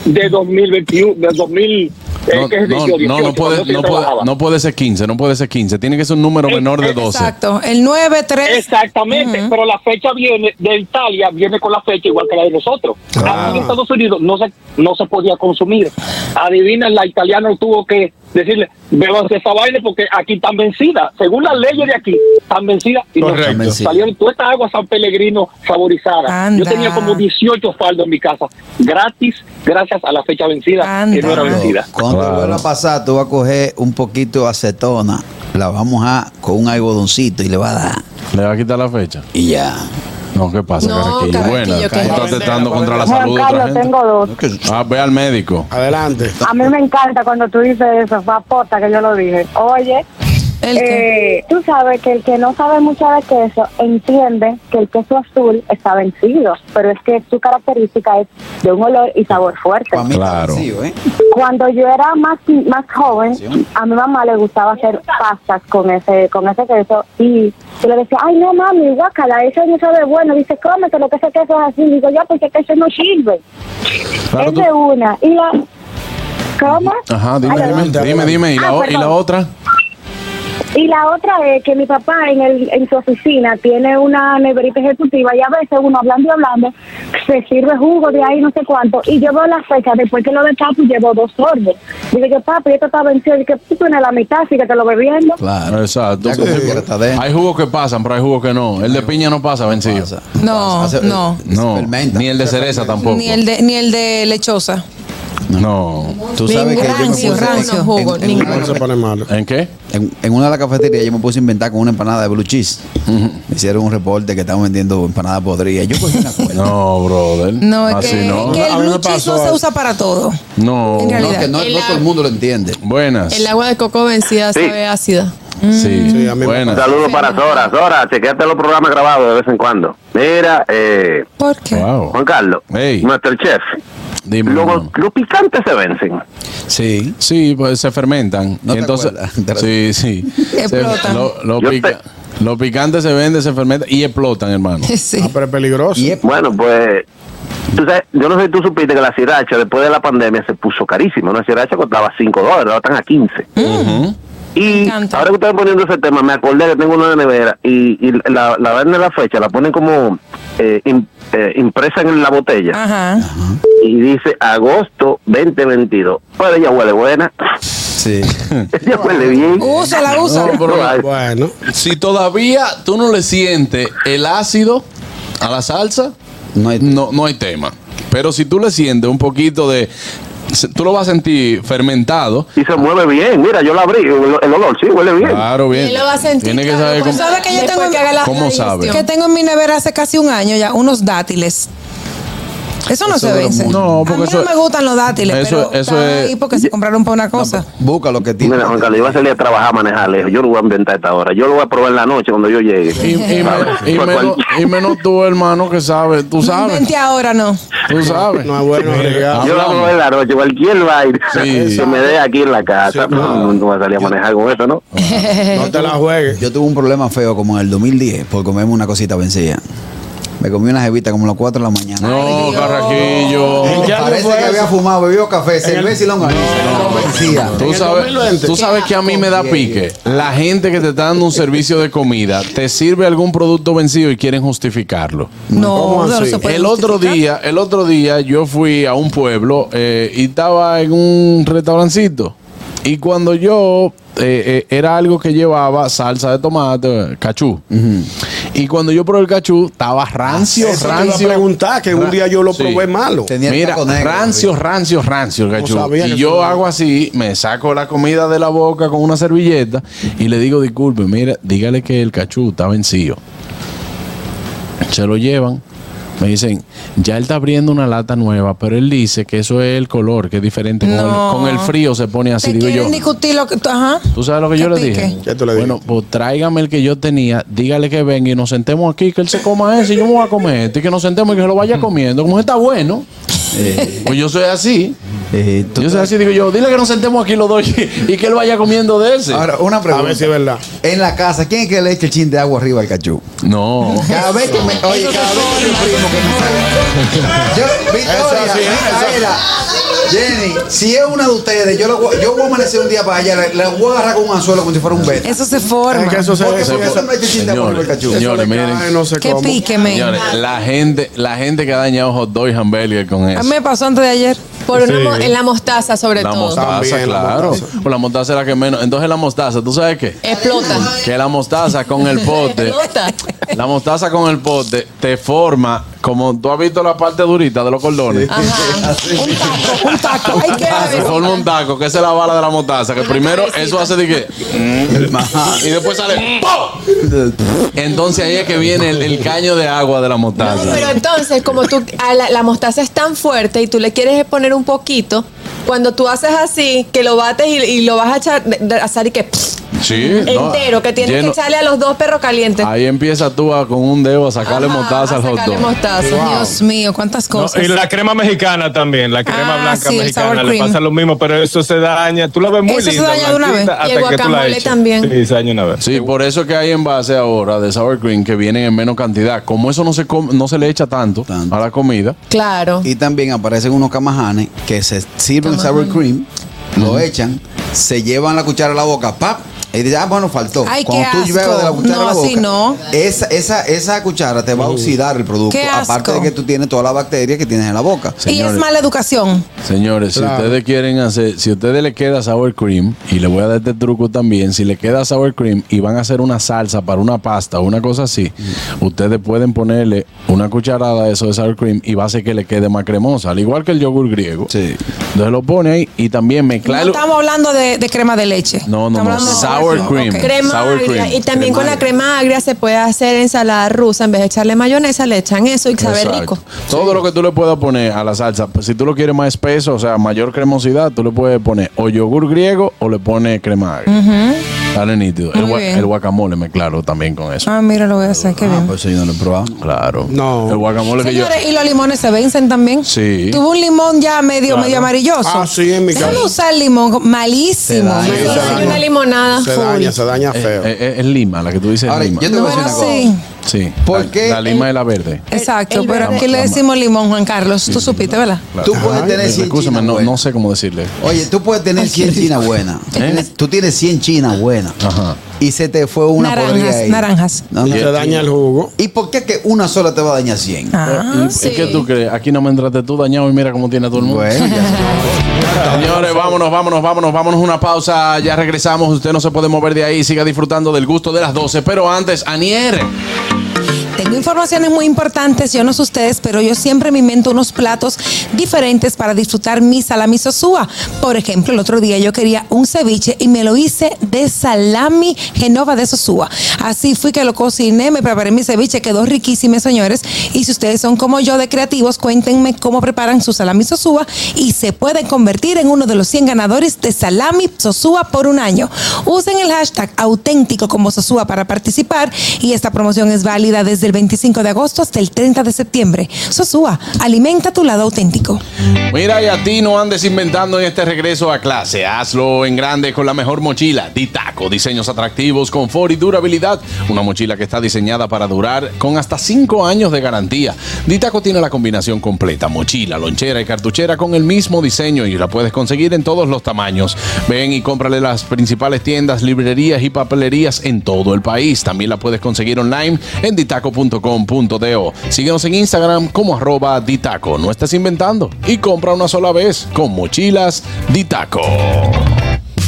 de 2021, de 2000, eh, No, que es no, 18, no, no 18, puede, cuando yo no, puede, trabajaba. no puede ser 15, no puede ser 15. Tiene que ser un número Eh, menor de eh, 12. Exacto. El 9, 3. Exactamente, pero la fecha viene de Italia, viene con la fecha igual que la de nosotros. Aquí en Estados Unidos no se, no se podía consumir. Adivina, la italiana tuvo que decirle, bebanse esa vaina porque aquí están vencidas. Según las leyes de aquí, están vencidas. Y no- Correcto. salieron todas estas aguas San Pellegrino saborizadas. Anda. Yo tenía como 18 faldos en mi casa, gratis, gracias a la fecha vencida, que no era Anda. vencida. Cuando vuelva a pasar, tú vas a coger un poquito de acetona, la vamos a con un algodoncito y le va a dar. Le va a quitar la fecha. Y ya. No, ¿qué pasa, No, Carraquillo? Carraquillo, Buena, ¿qué? tú estás tentando contra la Juan salud de otra Carlos, gente. tengo dos. Ah, ve al médico. Adelante. A mí me encanta cuando tú dices eso, papota, que yo lo dije. Oye, El que- eh, tú sabes que el que no sabe mucho de queso entiende que el queso azul está vencido, pero es que su característica es de un olor y sabor fuerte. Para mí está Claro. vacío, ¿eh? Cuando yo era más más joven, a mi mamá le gustaba hacer pastas con ese con ese queso y yo le decía, ay no mami, guácala, eso no sabe bueno. Dice, cómete lo que ese queso es así. Digo, ya, porque queso no sirve. Claro, es tú- de una. Y la... ¿Cómo? Ajá, dime, Ay, dime, adelante, dime, dime. ¿Y la, Ah, o- y la perdón. otra? Y la otra es que mi papá en, el, en su oficina tiene una neverita ejecutiva y a veces uno hablando y hablando se sirve jugo de ahí no sé cuánto y yo veo la fecha después que lo destapo y llevo dos sordos. Digo yo, papi, esto está vencido y que tú tienes la mitad, así que te lo bebiendo. Claro. Exacto. Ya como quiera está dentro. Hay jugos que pasan, pero hay jugos que no. El de piña no pasa, vencido. Pasa, No, pasa, se- no. se No, fermenta. ni el de cereza tampoco. Ni el de, ni el de lechosa. No. Tú sabes que yo me Rancio, puse rancio, en- jugo, en- en ninguno. No se pone malo. ¿En qué? En, en una de las cafeterías yo me puse a inventar con una empanada de blue cheese. Me hicieron un reporte que estaban vendiendo empanadas podridas. Yo cogí una cuenta. no, No, brother. No, es Así que, no. es que A el mí me blue cheese no pasó- se usa para todo. Oh. No. En realidad. que no, El no a- todo el mundo lo entiende. Buenas. El agua de coco vencida sabe ácida. Sí. Sí, a mí me Buenas. Saludos para Zora. Zora, chequeate los programas grabados de vez en cuando. Mira, eh, ¿Por qué? Wow. Carlos, Ey. Masterchef, Dime. Luego, hermano. los picantes se vencen. Sí. Sí, pues se fermentan. No te Entonces, acuerdas. sí, sí. Explotan. lo, lo Yo pica- lo picante se vende, se fermenta y explotan, hermano. Ah, Sí. pero es peligroso. Y es- Bueno, pues, tú sabes, yo no sé si tú supiste que la siracha después de la pandemia se puso carísima. Una siracha costaba 5 dólares, ahora están a 15. Ujú. Y Mm. encanta. ahora que ustedes poniendo ese tema, me acordé que tengo una nevera y, y la, la venden la fecha, la ponen como eh, im- eh, impresa en la botella Ajá. y dice agosto 2022. Pero ella huele buena, Sí. ella huele bien. Úsala, úsala. No, pero- Ay, Bueno, si todavía tú no le sientes el ácido a la salsa, No hay- no, no hay tema. Pero si tú le sientes un poquito de se- tú lo vas a sentir fermentado. Y se mueve bien, mira, yo la abrí, el, el olor, sí, huele bien. Claro, bien. Y lo va a sentir, Tiene que saber Pues cómo. sabe que yo tengo, que, haga la- ¿Cómo sabe? que tengo en mi nevera hace casi un año ya unos dátiles. Eso no Eso se dura vence. mucho. No, porque a mí eso- no me gustan los dátiles, eso- pero eso están es- ahí porque se compraron para una cosa. Busca lo que tiene. Mira, Juan Carlos, yo voy a salir a trabajar, a manejar lejos. Yo lo voy a inventar a esta hora. Yo lo voy a probar en la noche cuando yo llegue. Y, y me- Pues y menos, y menos tú, hermano, que sabes. Tú sabes. Vente ahora, no. Tú sabes. No es bueno arriesgar. Yo lo hago en la noche, cualquier baile Sí. que me dé aquí en la casa. no, no voy a salir a manejar con eso, ¿no? No te la juegues. Yo tuve un problema feo como en el 2010 por comerme una cosita vencida. Me comí una jevita como a las 4 de la mañana. No, carraquillo. Ya no Oh, Parece fue que eso. había fumado, bebido café, cerveza y longaniza. No, vencida. Tú sabes, tú sabes que a mí me da pique. La gente que te está dando un servicio de comida, te sirve algún producto vencido y quieren justificarlo. No, no así? se puede El otro justificar. día, el otro día yo fui a un pueblo eh, y estaba en un restaurancito. Y cuando yo eh, eh, era algo que llevaba salsa de tomate, eh, cachú. Y cuando yo probé el cachú, estaba rancio, Ah, Eso te iba a rancio. preguntar, que un día yo lo Sí. probé malo. Tenía el Mira, taco negro, rancio, rancio, rancio el cachú. sabía y que yo eso- hago así, me saco la comida de la boca con una servilleta y le digo, disculpe, mira, dígale que el cachú está vencido. Se lo llevan. Me dicen, ya él está abriendo una lata nueva, pero él dice que eso es el color, que es diferente. Con, No. el, con el frío se pone así, Te digo quieren yo. discutir lo que tú- ajá. ¿Tú sabes lo que ¿Qué yo le pique? dije? ¿Qué tú le bueno, pues tráigame el que yo tenía, dígale que venga y nos sentemos aquí, que él se coma ese y yo me voy a comer este, y que nos sentemos y que se lo vaya comiendo. Como está bueno, pues yo soy así. Eh, tú- Yo soy así, digo yo, dile que nos sentemos aquí los dos y, y que él vaya comiendo de ese. Ahora, una A ver si es verdad. pregunta. En la casa, ¿quién es que le echa el chin de agua arriba al cachú? no. Cada vez que me. Oye, cada vez que mi primo que me sale- Yo, Victoria, Eso ¿eh? sí, Micaela, Jenny, si es una de ustedes, yo, lo voy- yo voy a amanecer un día para allá, la, la voy a agarrar con un anzuelo como si fuera un beta. Eso se forma. Es que eso se ¿Por qué? eso- ¿Por qué eso- usted no le echa el chin de agua arriba al Señores, cachú? señores, le miren. cae, no sé Qué cómo. pique, men. Señores, la gente, la gente que ha dañado hot dog y hamburger con A eso. mí me pasó antes de ayer. Por una Sí. mo- en la mostaza, sobre La todo. mostaza, También la claro. mostaza. Pues la mostaza era que menos. Entonces la mostaza, ¿tú sabes qué? Explota. Que la mostaza con el pote. Explota. La mostaza con el pote te forma, como tú has visto la parte durita de los cordones. Ah, Ajá. Un taco, un taco. Ay, qué Se forma un taco, que esa es la bala de la mostaza. Que primero eso hace de que. Y después sale. ¡pum! Entonces ahí es que viene el, el caño de agua de la No, mostaza. pero entonces, como tú, a la, la mostaza es tan fuerte y tú le quieres poner un poquito, cuando tú haces así, que lo bates y, y lo vas a echar, de- de- asar y que pss, Sí, no, entero, que tienes lleno- que echarle a los dos perros calientes. Ahí empieza tú a, con un dedo a sacarle Ajá, mostaza al hot sacarle dog. mostaza. Dios mío, cuántas No, cosas. y la crema mexicana también, la crema Ah, blanca sí, el mexicana, sour le cream. pasa lo mismo, pero eso se daña. Tú la ves muy Eso se linda. daña de una vez. blanquita, Ah, Y el hasta que tú la guacamole eches. también. Sí, se daña una vez. Sí, por eso que hay envases ahora de sour cream que vienen en menos cantidad. Como eso no se come- no se le echa tanto, Tanto. a la comida. Claro. Y también aparecen unos camajanes que se sirven sour cream, lo echan, se llevan la cuchara a la boca, ¡pap! Y dicen, ah, bueno, faltó. Ay, Cuando qué tú asco. llevas de la cuchara a la No, boca, así no. Esa, esa, esa cuchara te va a oxidar el producto. Qué Aparte asco. de que tú tienes toda la bacteria que tienes en la boca. Y es mala educación. Señores, si Claro. ustedes quieren hacer, si a ustedes le queda sour cream, y le voy a dar este truco también, si le queda sour cream y van a hacer una salsa para una pasta o una cosa así, Mm. ustedes pueden ponerle una cucharada de eso de sour cream y va a hacer que le quede más cremosa, al igual que el yogur griego. Sí. Entonces lo pone ahí y también mezclar. No estamos hablando de, de crema de leche. No, no, no, Estamos hablando de sour eso. cream. Ok. Crema Sour agria. cream. Y también Crema con la agria. crema agria se puede hacer ensalada rusa. En vez de echarle mayonesa, le echan eso y sabe Exacto. rico. Todo lo que tú le puedas poner a la salsa, pues, si tú lo quieres más espeso, o sea, mayor cremosidad, tú le puedes poner o yogur griego o le pones crema agria. Sale nítido. El, Mm. Muy gua- bien. el guacamole me claro también con eso. Ah, mira, lo voy a hacer, qué Ah, bien. pues sí, no lo he probado. Claro. No. El guacamole que yo. Señores, ¿y los limones se vencen también? Sí. Tuve un limón ya medio, medio amarilloso. Ah, sí, en mi Déjame casa. usar limongo- malísimo. Te daña. Sí, malísimo. se Hay una daña. limonada. Se daña, se daña Eh, feo. eh, eh, es lima, la que tú dices es Ahora, lima. yo te voy a decir Bueno, una cosa. sí. Sí. ¿Por la, qué La lima y la verde. Exacto, El pero verde. aquí le decimos limón, Juan Carlos. Tú supiste, ¿verdad? Tú puedes tener 100 Escúchame, chinas no, buenas. no sé cómo decirle. Oye, tú puedes tener 100 chinas buenas. ¿Eh? Tú tienes 100 chinas buenas. Ajá. Y se te fue una podrida naranjas, ahí. naranjas. No, no. Se daña el jugo. ¿Y por qué que una sola te va a dañar 100? Ah, Eh, ¿Y qué tú crees? Aquí no me entraste tú dañado y mira cómo tiene todo el mundo. Bueno, ya. Señores, vámonos, vámonos, vámonos, vámonos una pausa. Ya regresamos. Usted no se puede mover de ahí. Siga disfrutando del gusto de las 12. Pero antes, Anier. Tengo dando informaciones muy importantes. Yo no sé ustedes, pero yo siempre me invento unos platos diferentes para disfrutar mi salami sosúa. Por ejemplo, el otro día yo quería un ceviche y me lo hice de salami genova de sosúa. Así fui que lo cociné, me preparé mi ceviche, quedó riquísimo, señores. Y si ustedes son como yo de creativos, cuéntenme cómo preparan su salami sosúa y se pueden convertir en uno de los 100 ganadores de salami sosúa por un año. Usen el hashtag auténtico como sosúa para participar y esta promoción es válida desde el 25 de agosto hasta el 30 de septiembre. Sosúa, alimenta tu lado auténtico. Mira, y a ti no andes inventando en este regreso a clase. Hazlo en grande con la mejor mochila. Ditaco, diseños atractivos, confort y durabilidad. Una mochila que está diseñada para durar con hasta 5 años de garantía. Ditaco tiene la combinación completa: mochila, lonchera y cartuchera con el mismo diseño y la puedes conseguir en todos los tamaños. Ven y cómprale las principales tiendas, librerías y papelerías en todo el país. También la puedes conseguir online en ditaco.com.do. Síguenos en Instagram como arroba ditaco. No estés inventando y compra una sola vez con mochilas ditaco.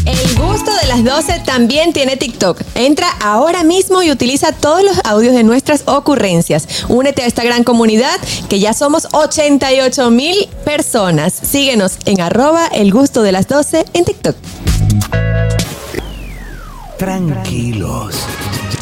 El gusto de las 12 también tiene TikTok. Entra ahora mismo y utiliza todos los audios de nuestras ocurrencias. Únete a esta gran comunidad que ya somos 88 mil personas. Síguenos en arroba el gusto de las 12 en TikTok. Tranquilos,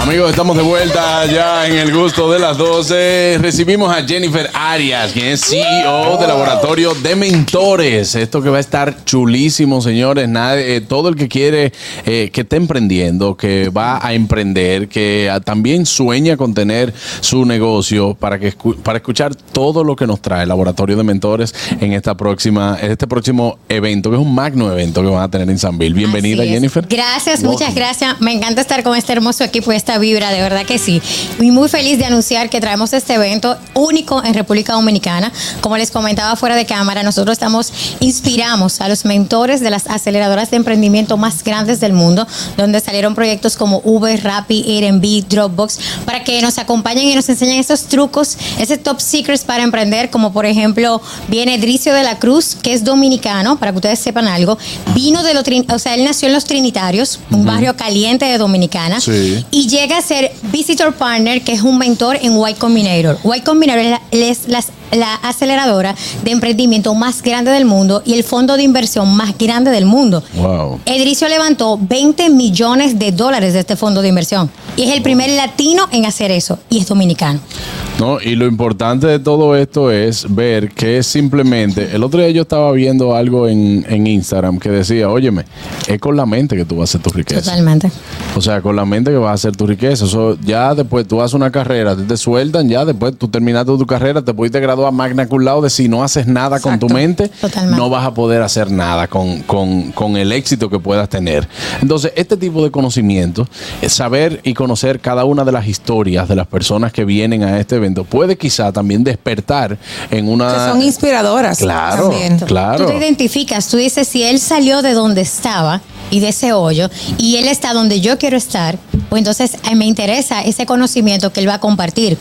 Amigos, estamos de vuelta ya en el gusto de las 12. Recibimos a Jennifer Arias, quien es CEO de Laboratorio de Mentores. Esto que va a estar chulísimo, señores. Nadie- eh, todo el que quiere eh, que esté emprendiendo, que va a emprender, que ah, también sueña con tener su negocio para que escu- para escuchar todo lo que nos trae Laboratorio de Mentores en esta próxima en este próximo evento, que es un magno evento que van a tener en San Bill. Bienvenida, Así es. Jennifer. Gracias, Welcome. muchas gracias. Me encanta estar con este hermoso equipo y esta vibra, de verdad que sí. Y muy feliz de anunciar que traemos este evento único en República Dominicana. Como les comentaba fuera de cámara, nosotros estamos, inspiramos a los mentores de las aceleradoras de emprendimiento más grandes del mundo, donde salieron proyectos como Uber, Rappi, Airbnb, Dropbox, para que nos acompañen y nos enseñen esos trucos, ese top secrets para emprender, como por ejemplo, viene Dricio de la Cruz, que es dominicano, para que ustedes sepan algo. Vino de los, Trin- o sea, él nació en Los Trinitarios, un Ujú. barrio caliente de Dominicana. Sí. Y llega a ser Visitor Partner, que es un mentor en Y Combinator. Y Combinator es, la, es las- la aceleradora de emprendimiento más grande del mundo y el fondo de inversión más grande del mundo. Wow. Edricio levantó 20 millones de dólares de este fondo de inversión y es el primer latino en hacer eso y es dominicano. No, y lo importante de todo esto es ver que es simplemente. El otro día yo estaba viendo algo en, en Instagram que decía, Óyeme, es con la mente que tú vas a hacer tu riqueza. Totalmente. O sea, con la mente que vas a hacer tu riqueza. Eso ya después tú haces una carrera, te, te sueltan, ya después tú terminaste tu carrera, te pudiste graduar magna cum laude. Si no haces nada con tu mente, no vas a poder hacer nada con, con- con el éxito que puedas tener. Entonces, este tipo de conocimiento, eh, saber y conocer cada una de las historias de las personas que vienen a este evento, puede quizá también despertar en una. Que son inspiradoras Ah, Claro, también. claro. Tú te identificas, tú dices si él salió de donde estaba y de ese hoyo y él está donde yo quiero estar, pues entonces ay, me interesa ese conocimiento que él va a compartir.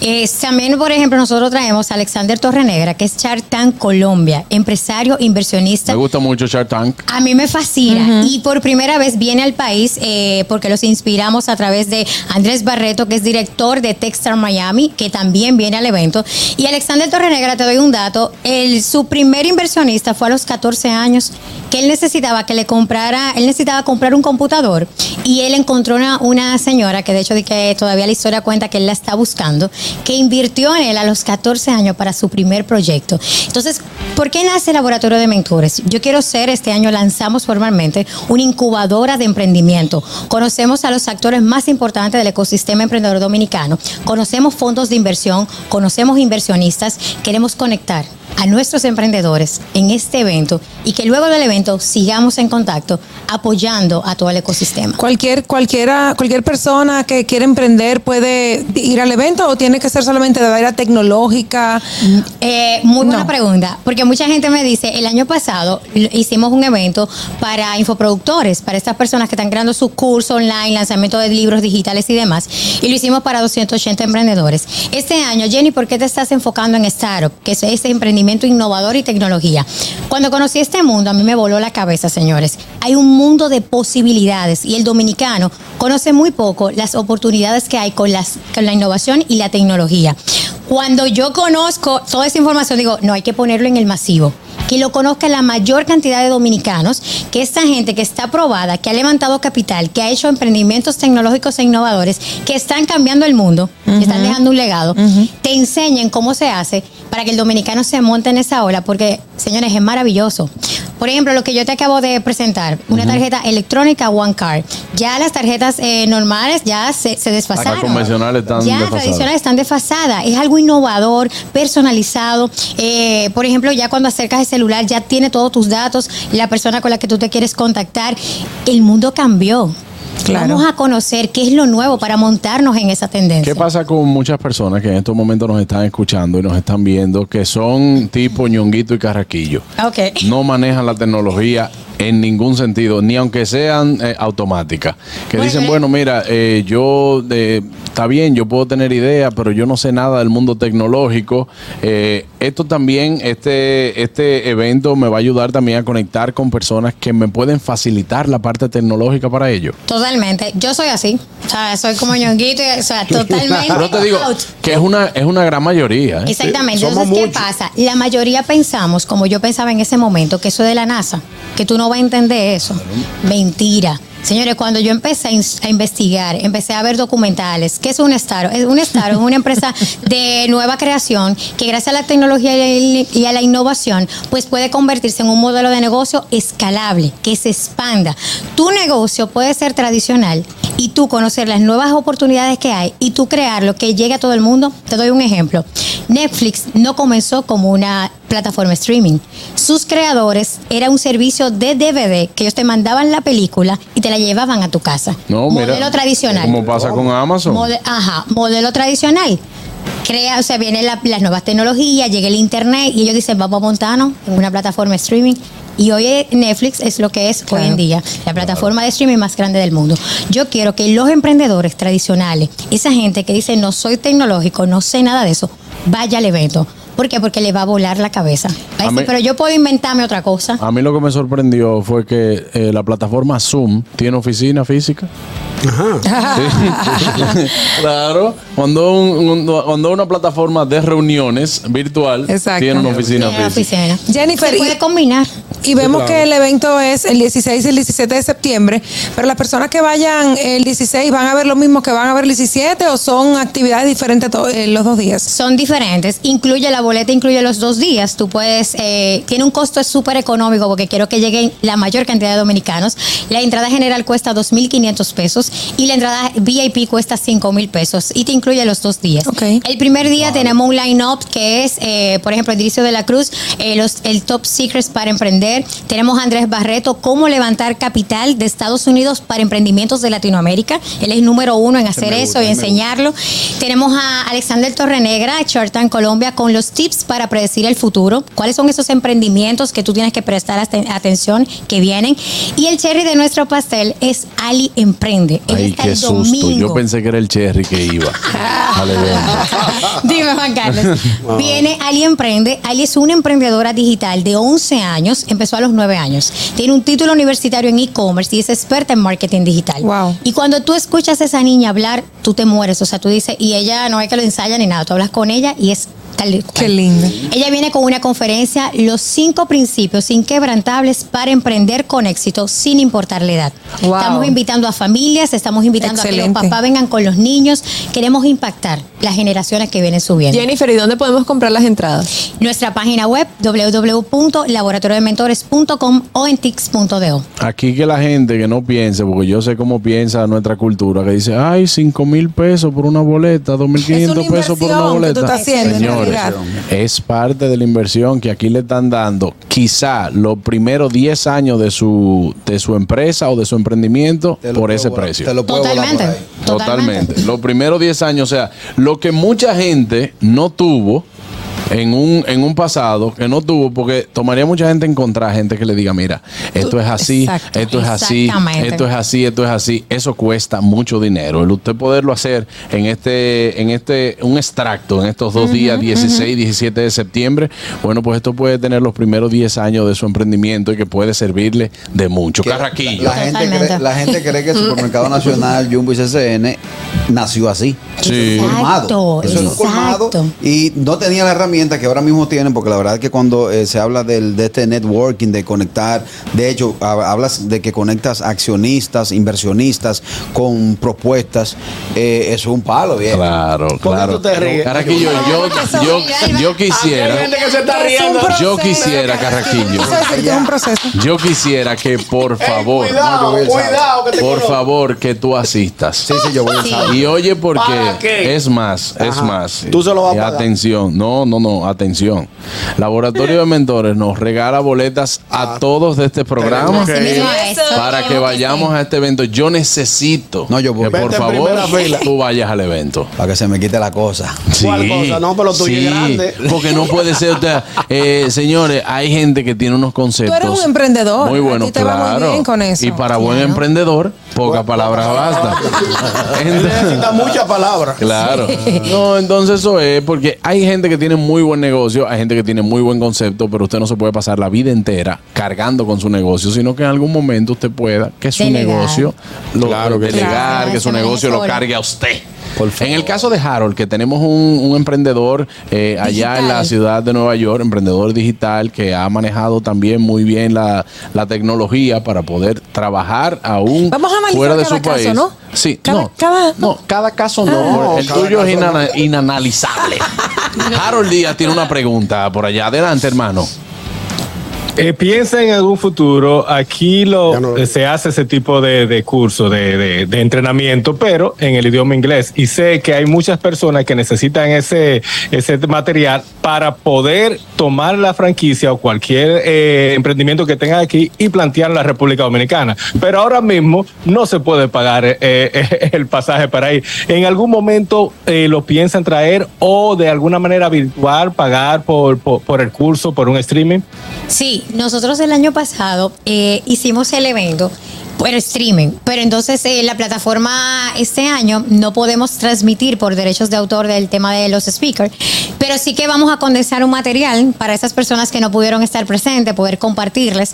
Eh, también, por ejemplo, nosotros traemos a Alexander Torrenegra, que es Chartan Colombia, empresario, inversionista, Me gusta mucho Shark Tank. a mí me fascina y por primera vez viene al país eh, porque los inspiramos a través de Andrés Barreto, que es director de Textar Miami, que también viene al evento. Y Alexander Torrenegra, te doy un dato, el, su primer inversionista fue a los 14 años, que él necesitaba que le comprara, él necesitaba comprar un computador y él encontró una, una señora, que de hecho de que todavía la historia cuenta que él la está buscando, que invirtió en él a los 14 años para su primer proyecto. Entonces, ¿por qué nace el Laboratorio de Mentores? Yo quiero ser, este año lanzamos formalmente una incubadora de emprendimiento. Conocemos a los actores más importantes del ecosistema emprendedor dominicano, conocemos fondos de inversión, conocemos inversionistas, queremos conectar a nuestros emprendedores en este evento y que luego del evento sigamos en contacto apoyando a todo el ecosistema. Cualquier, cualquiera, cualquier persona que quiera emprender puede ir al evento o tiene que ser solamente de área tecnológica. Eh, muy buena pregunta, porque mucha gente me dice, el año pasado l- hicimos un evento para infoproductores, para estas personas que están creando su curso online, lanzamiento de libros digitales y demás, y lo hicimos para 280 emprendedores. Este año, Jenny, ¿por qué te estás enfocando en startup, que es este emprendimiento innovador y tecnología? Cuando conocí este mundo, a mí me voló la cabeza, señores. Hay un mundo de posibilidades y el dominicano conoce muy poco las oportunidades que hay con, las, con la innovación y la tecnología cuando yo conozco toda esa información, digo, no hay que ponerlo en el masivo. Que lo conozca la mayor cantidad de dominicanos, que esta gente que está aprobada, que ha levantado capital, que ha hecho emprendimientos tecnológicos e innovadores, que están cambiando el mundo, que están dejando un legado, te enseñen cómo se hace para que el dominicano se monte en esa ola, porque, señores, es maravilloso. Por ejemplo, lo que yo te acabo de presentar, una tarjeta electrónica One Card. Ya las tarjetas eh, normales ya se, se desfasaron. Las convencionales están Ya, desfasadas. tradicionales están desfasadas. Es algo innovador, personalizado. Eh, por ejemplo, ya cuando acercas el celular, ya tiene todos tus datos, la persona con la que tú te quieres contactar. El mundo cambió. Claro. Vamos a conocer qué es lo nuevo para montarnos en esa tendencia. ¿Qué pasa con muchas personas que en estos momentos nos están escuchando y nos están viendo que son tipo ñonguito y carraquillo? Ok. No manejan la tecnología en ningún sentido, ni aunque sean eh, automáticas. Que dicen, bueno, mira, eh, yo, eh, está bien, yo puedo tener ideas, pero yo no sé nada del mundo tecnológico. Eh, esto también, este, este evento me va a ayudar también a conectar con personas que me pueden facilitar la parte tecnológica para ello. Totalmente. Yo soy así. O sea, soy como ñonguito. y- O sea, totalmente. Pero te digo out. que es una, es una gran mayoría. ¿eh? Exactamente. Entonces, ¿qué pasa? La mayoría pensamos, como yo pensaba en ese momento, que eso es de la NASA, que tú no vas a entender eso. Mentira. Señores, cuando yo empecé a ins- a investigar, empecé a ver documentales, ¿qué es un Staro? Es un Staro es una empresa de nueva creación que gracias a la tecnología y a la- y a la innovación, pues puede convertirse en un modelo de negocio escalable, que se expanda. Tu negocio puede ser tradicional y tú conocer las nuevas oportunidades que hay y tú crear lo que llegue a todo el mundo. Te doy un ejemplo. Netflix no comenzó como una plataforma streaming. Sus creadores era un servicio de DVD que ellos te mandaban la película y te la llevaban a tu casa. No, mira, modelo tradicional. Como pasa con Amazon. Mode- ajá, modelo tradicional. Crea, o sea, vienen la- las nuevas tecnologías, llega el internet y ellos dicen, vamos a montarnos en una plataforma streaming. Y hoy eh, Netflix es lo que es hoy en día, la plataforma de streaming más grande del mundo. Yo quiero que los emprendedores tradicionales, esa gente que dice, no soy tecnológico, no sé nada de eso, vaya al evento. ¿Por qué? Porque le va a volar la cabeza. Va a A decir, mí- pero yo puedo inventarme otra cosa. A mí lo que me sorprendió fue que eh, la plataforma Zoom tiene oficina física. Sí. claro, cuando, un- un- cuando una plataforma de reuniones virtual Exacto. tiene una oficina Tiene la física. oficina. Jennifer, Eh, Se puede combinar. Y vemos claro. que el evento es el 16 y el 17 de septiembre, pero las personas que vayan el 16 van a ver lo mismo que van a ver el 17 o son actividades diferentes to- eh, los dos días. Son diferentes. Incluye la boleta, incluye los dos días. Tú puedes, eh, tiene un costo súper económico porque quiero que lleguen la mayor cantidad de dominicanos. La entrada general cuesta 2.500 pesos y la entrada VIP cuesta 5.000 pesos y te incluye los dos días. El primer día tenemos un line-up que es, eh, por ejemplo, Edricio de la Cruz, eh, los, el Top Secrets para emprender. Tenemos a Andrés Barreto, cómo levantar capital de Estados Unidos para emprendimientos de Latinoamérica. Él es número uno en hacer me eso gusta, y me gusta. enseñar acompañarlo. Tenemos a Alexander Torrenegra, Chartan Colombia, con los tips para predecir el futuro. ¿Cuáles son esos emprendimientos que tú tienes que prestar aten- atención que vienen? Y el cherry de nuestro pastel es Ali Emprende. Él Ay, está qué el susto. domingo. Yo pensé que era el Cherry que iba. al evento. Dime, Juan Carlos. Wow. Viene Ali Emprende. Ali es una emprendedora digital de 11 años. Empezó a los 9 años. Tiene un título universitario en e-commerce y es experta en marketing digital. Y cuando tú escuchas a esa niña hablar, tú te mueres. O sea, tú dices, y ella no es que lo ensaya ni nada. Tú hablas con ella y es tal Qué linda. Ella viene con una conferencia, los cinco principios inquebrantables para emprender con éxito sin importar la edad. Estamos invitando a familias, estamos invitando a que Excelente. los papás vengan con los niños. Queremos impactar las generaciones que vienen subiendo. Jennifer, ¿y dónde podemos comprar las entradas? Nuestra página web www.laboratoriodementores.com o en tics.do. Aquí que la gente que no piense, porque yo sé cómo piensa nuestra cultura, que dice, ay, 5 mil pesos por una boleta, 2.500 pesos por una inversión que boleta. tú estás haciendo, en Señores, oportunidad. Es parte de la inversión que aquí le están dando. Quizá los primeros 10 años de su, de su empresa o de su emprendimiento por ese precio. Totalmente. Totalmente. Los primeros 10 años, o sea, lo que mucha gente no tuvo en un, en un pasado, que no tuvo, porque tomaría mucha gente encontrar gente que le diga, mira, esto es así, Exacto. esto es así, Exactamente. esto es así, esto es así. Eso cuesta mucho dinero. El usted poderlo hacer en este, en este, un extracto en estos dos días, 16, 17 de septiembre, bueno, pues esto puede tener los primeros 10 años de su emprendimiento y que puede servirle de mucho. Carraquillo. La gente, cree, la gente cree que el Supermercado Nacional, Jumbo y CCN nació así. Sí. Colmado. Eso es un colmado. Y no tenía la herramienta que ahora mismo tienen, porque la verdad es que cuando eh, se habla del, de este networking, de conectar, de hecho, ha- hablas de que conectas accionistas, inversionistas con propuestas, eh, eso es un palo, viejo. Claro, claro. Carraquillo, yo, yo, yo quisiera. Yo quisiera, Carraquillo. Yo quisiera que, por favor, cuidado, No, yo voy el cuidado, sábado. que te por conozco. favor, que tú asistas. Sí, sí, yo voy el Sí. sábado. Y oye, porque ¿Para qué? es más, es más. Tú se lo vas a Y pagar. Atención, no, no, no, atención. Laboratorio de Mentores nos regala boletas a todos de este programa Así mismo es. para que vayamos a este evento. Yo necesito No, yo voy. que, por Vete en favor, primera fila. tú vayas al evento. Para que se me quite la cosa. ¿Cuál cosa? No, pero tuyo es grande. Porque no puede ser usted. eh, señores, hay gente que tiene unos conceptos. Tú eres un emprendedor. Muy bueno, A ti te va muy claro. bien con eso. Y para buen emprendedor, pocas palabras basta. Necesita muchas palabras. Claro. No, entonces eso es porque hay gente que tiene muy buen negocio, hay gente que tiene muy buen concepto, pero usted no se puede pasar la vida entera cargando con su negocio, sino que en algún momento usted pueda que su Delegar. negocio lo Claro que sí. delegar, Claro, que se su maneje negocio lo solo. cargue a usted. En el caso de Harold, que tenemos un, un emprendedor eh, allá en la ciudad de Nueva York, emprendedor digital, que ha manejado también muy bien la, la tecnología para poder trabajar aún Vamos a analizar fuera de cada su caso, país. ¿no? Sí, Cada, no, cada, no, cada caso no, el tuyo es inana- inanalizable. Harold Díaz tiene una pregunta por allá. Adelante, hermano. Eh, piensa en algún futuro. Aquí lo, eh, se hace ese tipo de, de curso, de, de- de entrenamiento, pero en el idioma inglés. Y sé que hay muchas personas que necesitan ese, ese material para poder tomar la franquicia o cualquier eh, emprendimiento que tengan aquí y plantear en la República Dominicana. Pero ahora mismo no se puede pagar eh, eh, el pasaje para ir. En algún momento eh, lo piensan traer o de alguna manera virtual pagar por, por, por el curso, por un streaming. Sí, nosotros el año pasado eh, hicimos el evento por streaming, pero entonces eh, la plataforma este año no podemos transmitir por derechos de autor del tema de los speakers, pero sí que vamos a condensar un material para esas personas que no pudieron estar presentes, poder compartirles.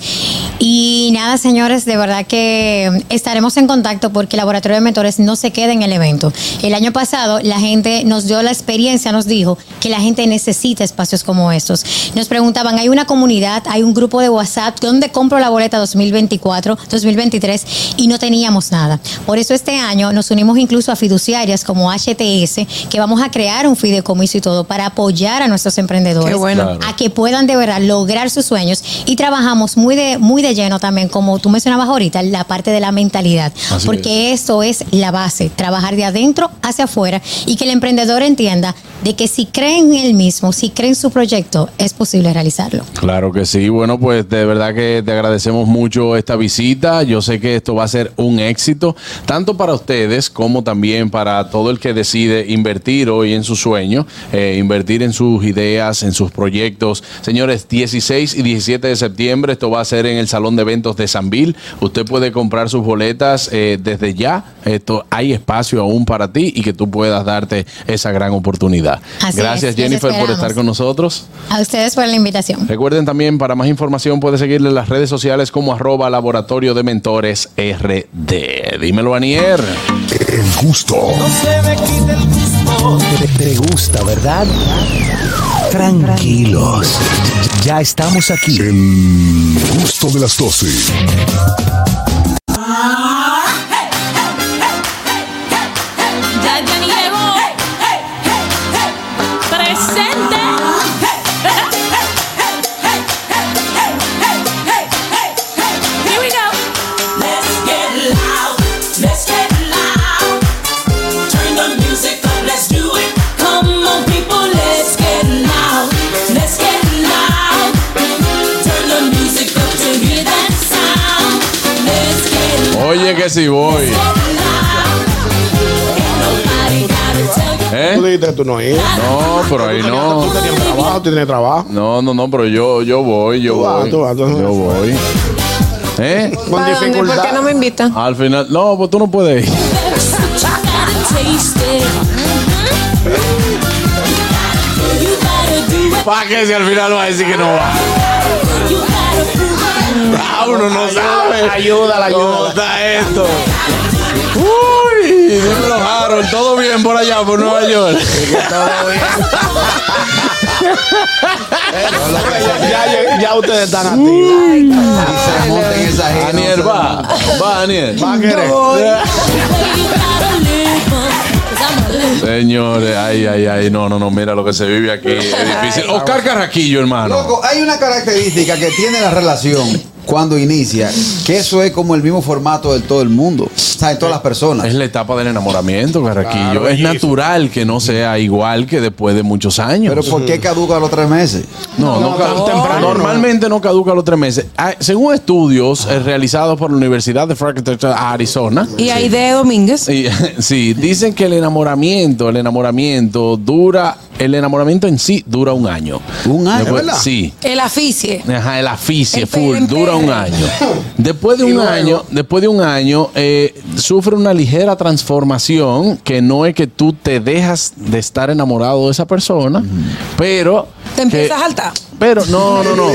Y nada, señores, de verdad que estaremos en contacto porque el Laboratorio de Mentores no se queda en el evento. El año pasado la gente nos dio la experiencia, nos dijo que la gente necesita espacios como estos. Nos preguntaban, hay una comunidad, hay un grupo de WhatsApp, ¿dónde compro la boleta 2024, 2023? Y no teníamos nada. Por eso este año nos unimos incluso a fiduciarias como HTS, que vamos a crear un fideicomiso y todo para apoyar a nuestros emprendedores Qué bueno. Claro. a que puedan de verdad lograr sus sueños y trabajamos muy de muy de lleno también como tú mencionabas ahorita la parte de la mentalidad Así porque eso es la base trabajar de adentro hacia afuera y que el emprendedor entienda de que si creen en él mismo si creen en su proyecto es posible realizarlo Claro que sí. Bueno, pues de verdad que te agradecemos mucho esta visita. Yo sé que esto va a ser un éxito, tanto para ustedes como también para todo el que decide invertir hoy en su sueño, eh, invertir en sus ideas, en sus proyectos. Señores, 16 y 17 de septiembre, esto va a ser en el Salón de Eventos de Sanville. Usted puede comprar sus boletas eh, desde ya. Esto hay espacio aún para ti y que tú puedas darte esa gran oportunidad. Así Gracias es, los Jennifer por esperamos. estar con nosotros. a ustedes por la invitación Recuerden también, para más información, puede seguirle en las redes sociales como arroba laboratorio de mentores RD. Dímelo, Anier. El gusto. Te, te gusta, ¿verdad? Tranquilos. Ya estamos aquí. El gusto de las 12. Ya ya llevo presente. Here we go. Let's get loud. Let's get loud. Turn the music up. Let's do it. Come on, people. Let's get loud. que sí voy. ¿Eh? Tú dijiste que tú no ibas. No, pero ahí no. Tú tenías trabajo, tú tienes trabajo. No, no, no, pero yo, yo voy, yo Tú vas, voy. tú vas, tú vas. Yo voy. ¿Eh? Con ¿Para dónde? ¿Por qué dificultad. no me invitan? Al final, no, pues tú no puedes ir. ¿Para qué si al final va a decir que no va? Ah, uno no sabe. Ayúdala, ¿Cómo ayúdala. está esto? Uy, dímelo, Harold. ¿Todo bien por allá, por Nueva York? Ya, ya, ya ustedes están activos. se monta en esa gira, Daniel, no se- va. Va, Daniel. Va a querer. Señores, ay, ay, ay. No, no, no. Mira lo que se vive aquí. Es difícil. Oscar Carraquillo, hermano. Loco, hay una característica que tiene la relación cuando inicia, que eso es como el mismo formato de todo el mundo, o sea, de todas las Es personas. la etapa del enamoramiento, Carraquillo. Claro, es y- natural que no sea igual que después de muchos años. Pero ¿por qué caduca a los tres meses? No, no, tan caduca. temprano, no. Normalmente no caduca a los tres meses. Ah, Según estudios eh, realizados por la Universidad de Franklin, Arizona. Y Aide Domínguez. Sí, sí, dicen que el enamoramiento, el enamoramiento dura, el enamoramiento en sí dura un año. ¿Un año, verdad? Sí. El aficie. Ajá, el aficie El full PNP. dura un año. Después de un año, después de un año, eh, sufre una ligera transformación que no es que tú te dejas de estar enamorado de esa persona, pero Te que- empiezas a saltar. pero no, no, no.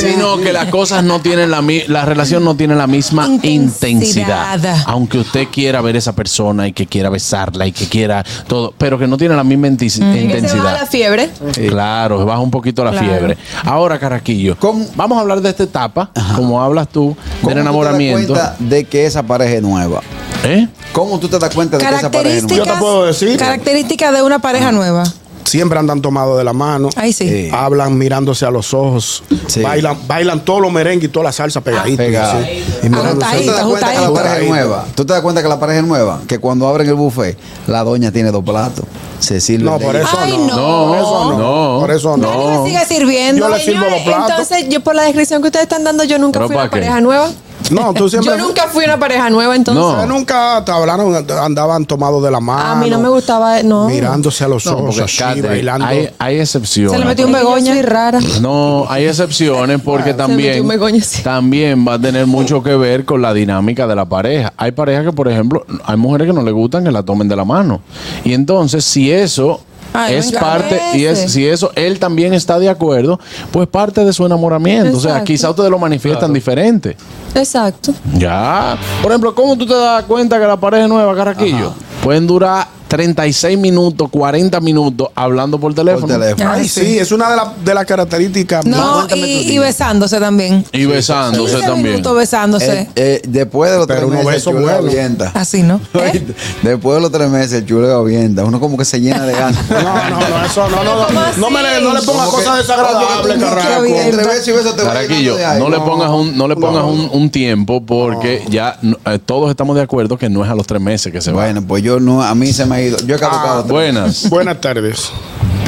Sino que las cosas no tienen la mi- la relación no tiene la misma intensidad. Intensidad. Aunque usted quiera ver a esa persona y que quiera besarla y que quiera todo, pero que no tiene la misma inti- Mm. Que se baja la intensidad. fiebre. Claro, baja un poquito la Claro. fiebre. Ahora, Carraquillo, ¿Cómo- vamos a hablar de esta etapa, como hablas tú, ¿Cómo tú del te das enamoramiento. cuenta de que esa pareja es nueva. ¿Eh? ¿Cómo tú te das cuenta de que esa pareja es Yo nueva? te Características, puedo decir. características de una pareja nueva. Siempre andan tomados de la mano. Ahí sí. Eh. Hablan mirándose a los ojos. Sí. Bailan, bailan todos los merengues y toda la salsa Ah, pegadita. Pegada. así. Y mirándose. ¿Tú te das cuenta que la Ajustadito. pareja es nueva? ¿Tú te das cuenta que la pareja es nueva? Que cuando abren el buffet, la doña tiene dos platos. Se sirve. No, de por ella. eso Ay, no. no. Por eso no. No. Por eso no. Nadie me Eh, sigue sirviendo. Yo le sirvo los platos. Entonces, yo por la descripción que ustedes están dando, yo nunca ¿Pero fui para una qué? pareja nueva. No, tú siempre. Yo nunca fui una pareja nueva, entonces. No. Ustedes nunca te hablaron, andaban tomados de la mano. A mí no me gustaba, no. Mirándose a los No, ojos, porque, así, Catherine, bailando. hay, hay excepciones. Se le metió un Begoña begoña. y rara. No, hay excepciones porque metió también, un begoña, sí. también va a tener mucho que ver con la dinámica de la pareja. Hay parejas que, por ejemplo, hay mujeres que no le gustan que la tomen de la mano. Y entonces, si eso Ay, es venga, parte, y ese. es, si eso él también está de acuerdo, pues parte de su enamoramiento. O sea, Exacto. quizá ustedes lo manifiestan diferente. Exacto. Ya. Por ejemplo, ¿cómo tú te das cuenta que la pareja es nueva, Carraquillo? Pueden durar 36 minutos, 40 minutos hablando por teléfono. Por teléfono. Ay, sí, es una de, la- de las características. más- No, cuéntame tu y, y día. besándose también. Y besándose 15 también. minutos besándose. Eh, eh, después de los Pero tres unos meses, besos el chulo buenos. avienta. Así, ¿no? ¿Eh? Después de los tres meses, el chulo avienta. Uno como que se llena de ganas. No, no, no, eso no, no, ¿Cómo no, así? no me le, no le ponga Como cosas que- como que desagradables, tú nunca carajo. avientas. Entre besos y besos te va Caraquillo, llenando de no le aire. pongas un, no le pongas No. un, un tiempo porque ya no, eh, todos estamos de acuerdo que no es a los tres meses que se va. Bueno, pues yo no, a mí se me ha ido. Yo he caducado. tres. Buenas. Ah, Buenas tardes.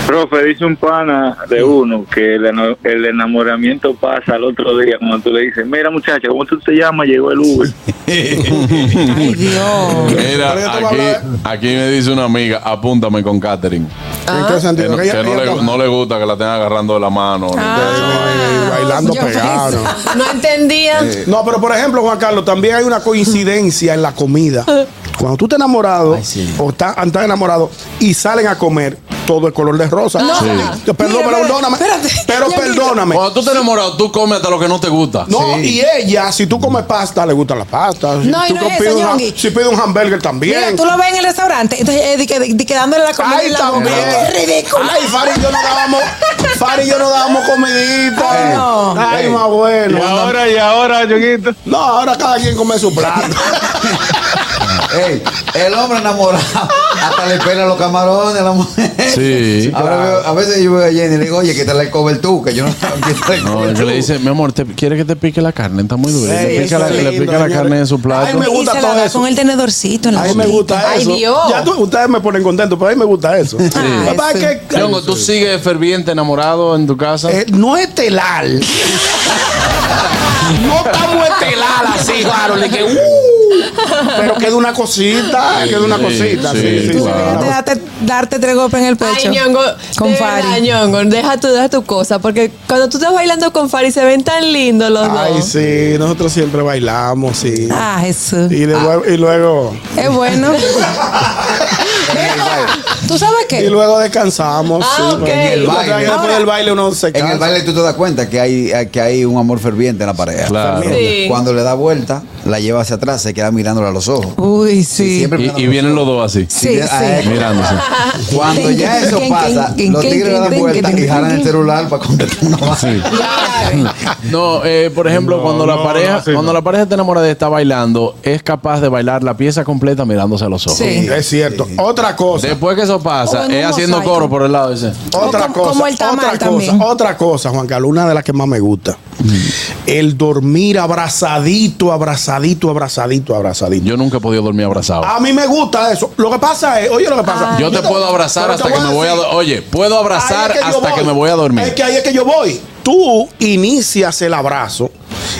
Profe, dice un pana de uno que el, eno- el enamoramiento pasa al otro día cuando tú le dices, mira muchacha, ¿cómo tú te llamas? Llegó el Uber. Ay, Dios. Mira, aquí, aquí me dice una amiga, apúntame con Katherine. Ah. ¿En qué Que, sentido? no, Que ella- que no ella- le, no le gusta que la tenga agarrando de la mano. Ah. Ay, bailando pegado. No entendía. No, pero por ejemplo, Juan Carlos, también hay una coincidencia en la comida. Cuando tú te enamorado Ay, sí. o estás estás enamorado y salen a comer todo el color de rosa. No. Sí. Perdón, Mira, pero mira, perdóname. espérate. Pero Ya, mira. perdóname. Cuando tú te enamoras, tú comes hasta lo que no te gusta. No, Sí. y ella, si tú comes pasta, le gustan las pastas. No, y si, tú no es eso, pides un ha- Ñongui. si pide un hamburger también. Mira, tú lo ves en el restaurante. Entonces, eh, di que- di que dándole la comida Ay, en la boca. también. ¡Qué ridículo! Ay, Fari y yo no dábamos, Fari y yo no dábamos comidita. Ay, no. Ay, más bueno. Y ahora, y ahora, Yoguito. No, ahora cada quien come su plato. Ey, el hombre enamorado hasta le pela los camarones a la mujer. Sí. Ahora veo- a veces yo veo a Jenny y le digo, oye, que te la cover tú, que yo no que te la No, cover que le tú. dice, mi amor, ¿te, ¿quiere que te pique la carne? Está muy dura. Y Sí, le pica, la, eso es le lindo, pica la señores. carne de su Ay, plato. me gusta y se la todo da eso. con el tenedorcito en la A mí me boquita. gusta Ay, eso. Dios. Ya tú- ustedes me ponen contento, pero a mí me gusta eso. Ay, Papá, sí. que- Yongo, ¿tú sigues ferviente enamorado en tu casa? Eh, no estelar. no estamos estelar así, claro. Le que, uh, Pero queda una cosita, queda una sí, cosita. sí, Sí, sí, claro. sí, claro. Date, darte tres golpes en el pecho. Ay, Ñongo, con de verdad, Fari. Ñongo, deja tu, deja tu cosa, porque cuando tú estás bailando con Fari se ven tan lindos los Ay, dos. sí, nosotros siempre bailamos, sí. Ah, Jesús. Y luego, y luego, Es bueno. Mira, ¿Tú sabes y qué? luego descansamos. Ah, sí, ok. porque En el después baile. Después del baile uno se En cansa. el baile tú te das cuenta que hay, que hay un amor ferviente en la pareja. Claro. Sí. Cuando le da vuelta, la lleva hacia atrás, se queda mirándola a los ojos. Uy, sí. Siempre mirando Y, y los vienen los dos así. Sí, ojos. Ah, sí. eh, Mirándose. Cuando ya eso pasa, los tigres le dan vuelta y jalan el celular para contestar una vaina. No, eh, por ejemplo, No, cuando la no, pareja, no, sí, cuando no. la pareja está enamorada de está bailando, es capaz de bailar la pieza completa mirándose a los ojos. Sí. Es cierto. Otra cosa. Después que eso O pasa, en un es haciendo mosaico. coro por el lado ese. Otra como- cosa, como el tamal otra también. cosa, otra cosa, Juan Carlos, una de las que más me gusta. El dormir abrazadito, abrazadito, abrazadito, abrazadito. Yo nunca he podido dormir abrazado. a mí me gusta eso. Lo que pasa es, oye lo que pasa. Ah. Yo te puedo abrazar pero te hasta que me voy a decir, do- Oye, puedo abrazar ahí es yo hasta que voy. me voy a dormir. Es que ahí es que yo voy. Tú inicias el abrazo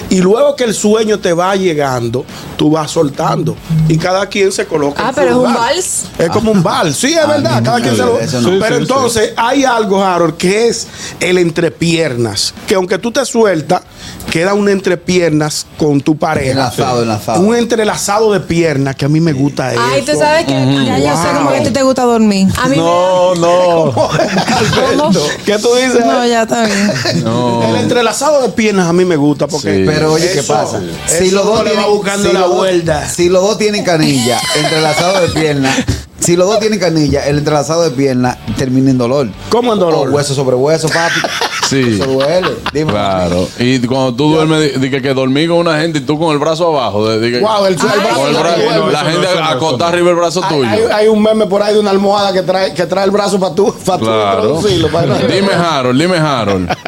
y luego que el sueño te va llegando, tú vas soltando. Y cada quien se coloca. Ah, en su pero es un lugar. vals. Es como un vals. Sí, es verdad. Ah, no, cada quien se no, lo. eso no. pero Sí, sí, entonces hay algo, Harold, que es el entrepiernas. Que aunque tú te sueltas, queda un entrepiernas con tu pareja. Enlazado, enlazado. Un entrelazado de piernas que a mí me gusta eso. Ay, tú sabes que Ya yo sé cómo que a ti Wow. te gusta dormir. a mí No, no. Alberto, ¿Qué tú dices? No, ya está bien. El entrelazado de piernas a mí me gusta porque. Sí. Pero oye, ¿qué pasa? Si los dos le va buscando si la los dos- vuelta. Si los dos tienen canilla, entrelazado de pierna. Si los dos tienen canilla, el entrelazado de pierna termina en dolor. ¿Cómo en dolor? O hueso sobre hueso, papi. Sí. Eso duele. Dime. Claro. Y cuando tú duermes, di- di que, que dormí con una gente y tú con el brazo abajo. de- di que- Wow, el- el con brazo el no brazo- duele, la eso no, gente eso no, acostá eso no. arriba el brazo Hay, tuyo. hay- hay un meme por ahí de una almohada que trae, que trae el brazo para tú, para Claro. Dime, Harold, dime, Harold.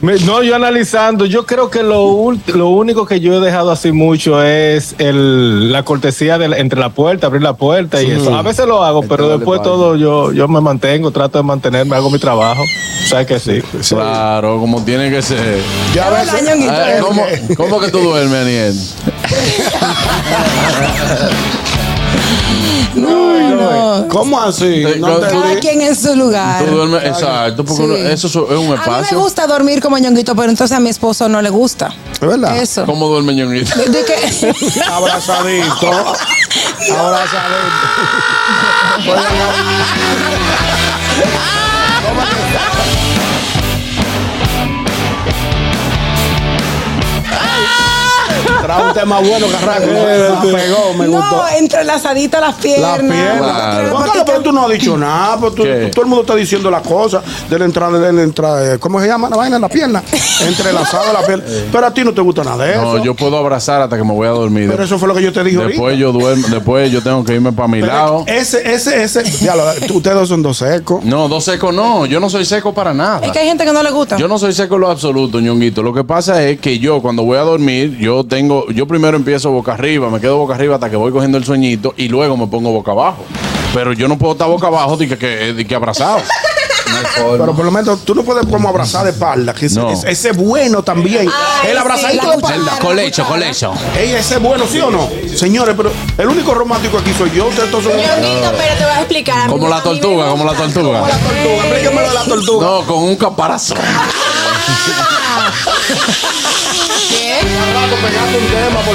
Me- No, yo analizando, yo creo que lo, ult- lo único que yo he dejado así mucho es el, la cortesía de la- entre la puerta, abrir la puerta y eso. A veces lo hago, El pero doble después baile. todo yo, yo me mantengo, trato de mantenerme, hago mi trabajo. ¿Sabes que sí? Claro, como tiene que ser. Ya a veces- Ay, Eh, ¿cómo, eh, cómo que tú duermes, Aniel? no, ¿Cómo así? Eh, No te- Cada quien en su lugar. Tú duermes, exacto, porque Sí. uno- eso es un A mí me espacio. gusta dormir como ñonguito, pero entonces a mi esposo no le gusta. ¿Es verdad? Eso. ¿Cómo duerme Ñonguito? De- de que- Abrazadito. Abrazadito. Trae un tema bueno, Carraco. Me pegó, me gustó. no, entrelazadito las piernas. piernas. Claro. Juan Carlos, pero tú no has dicho nada, pues tú- ¿Qué? todo el mundo está diciendo las cosas de la entrada, de la entrada, eh, ¿cómo se llama la vaina en la pierna? Entrelazado la pierna. Pero a ti no te gusta nada de eso. No, yo puedo abrazar hasta que me voy a dormir. pero eso fue lo que yo te dije después ahorita. yo duermo, después yo tengo que irme para mi Pero lado. Ese, ese, ese. Ya lo- tú- ustedes dos son dos secos. No, dos secos no, yo no soy seco para nada. Es que hay gente que no le gusta. Yo no soy seco en lo absoluto, ñonguito. Lo que pasa es que yo cuando voy a dormir, yo tengo, yo primero empiezo boca arriba, me quedo boca arriba hasta que voy cogiendo el sueñito y luego me pongo boca abajo. Pero yo no puedo estar boca abajo de que, que, de que abrazado. Pero por lo menos tú no puedes como abrazar de espalda. que ese- No. ese, ese bueno también. Ay, el abrazadito sí, de la espalda. cuchara. Colecho, colecho. Ey, ese es bueno, ¿sí o no? Señores, pero el único romántico aquí soy yo. Ustedes todos son. Ñonguito, pero te voy a explicar. A mí- Como a la mí me tortuga, como la gusta. tortuga. La tortuga, explíqueme lo de la tortuga. No, con un caparazón. Rato, pegate un tema, por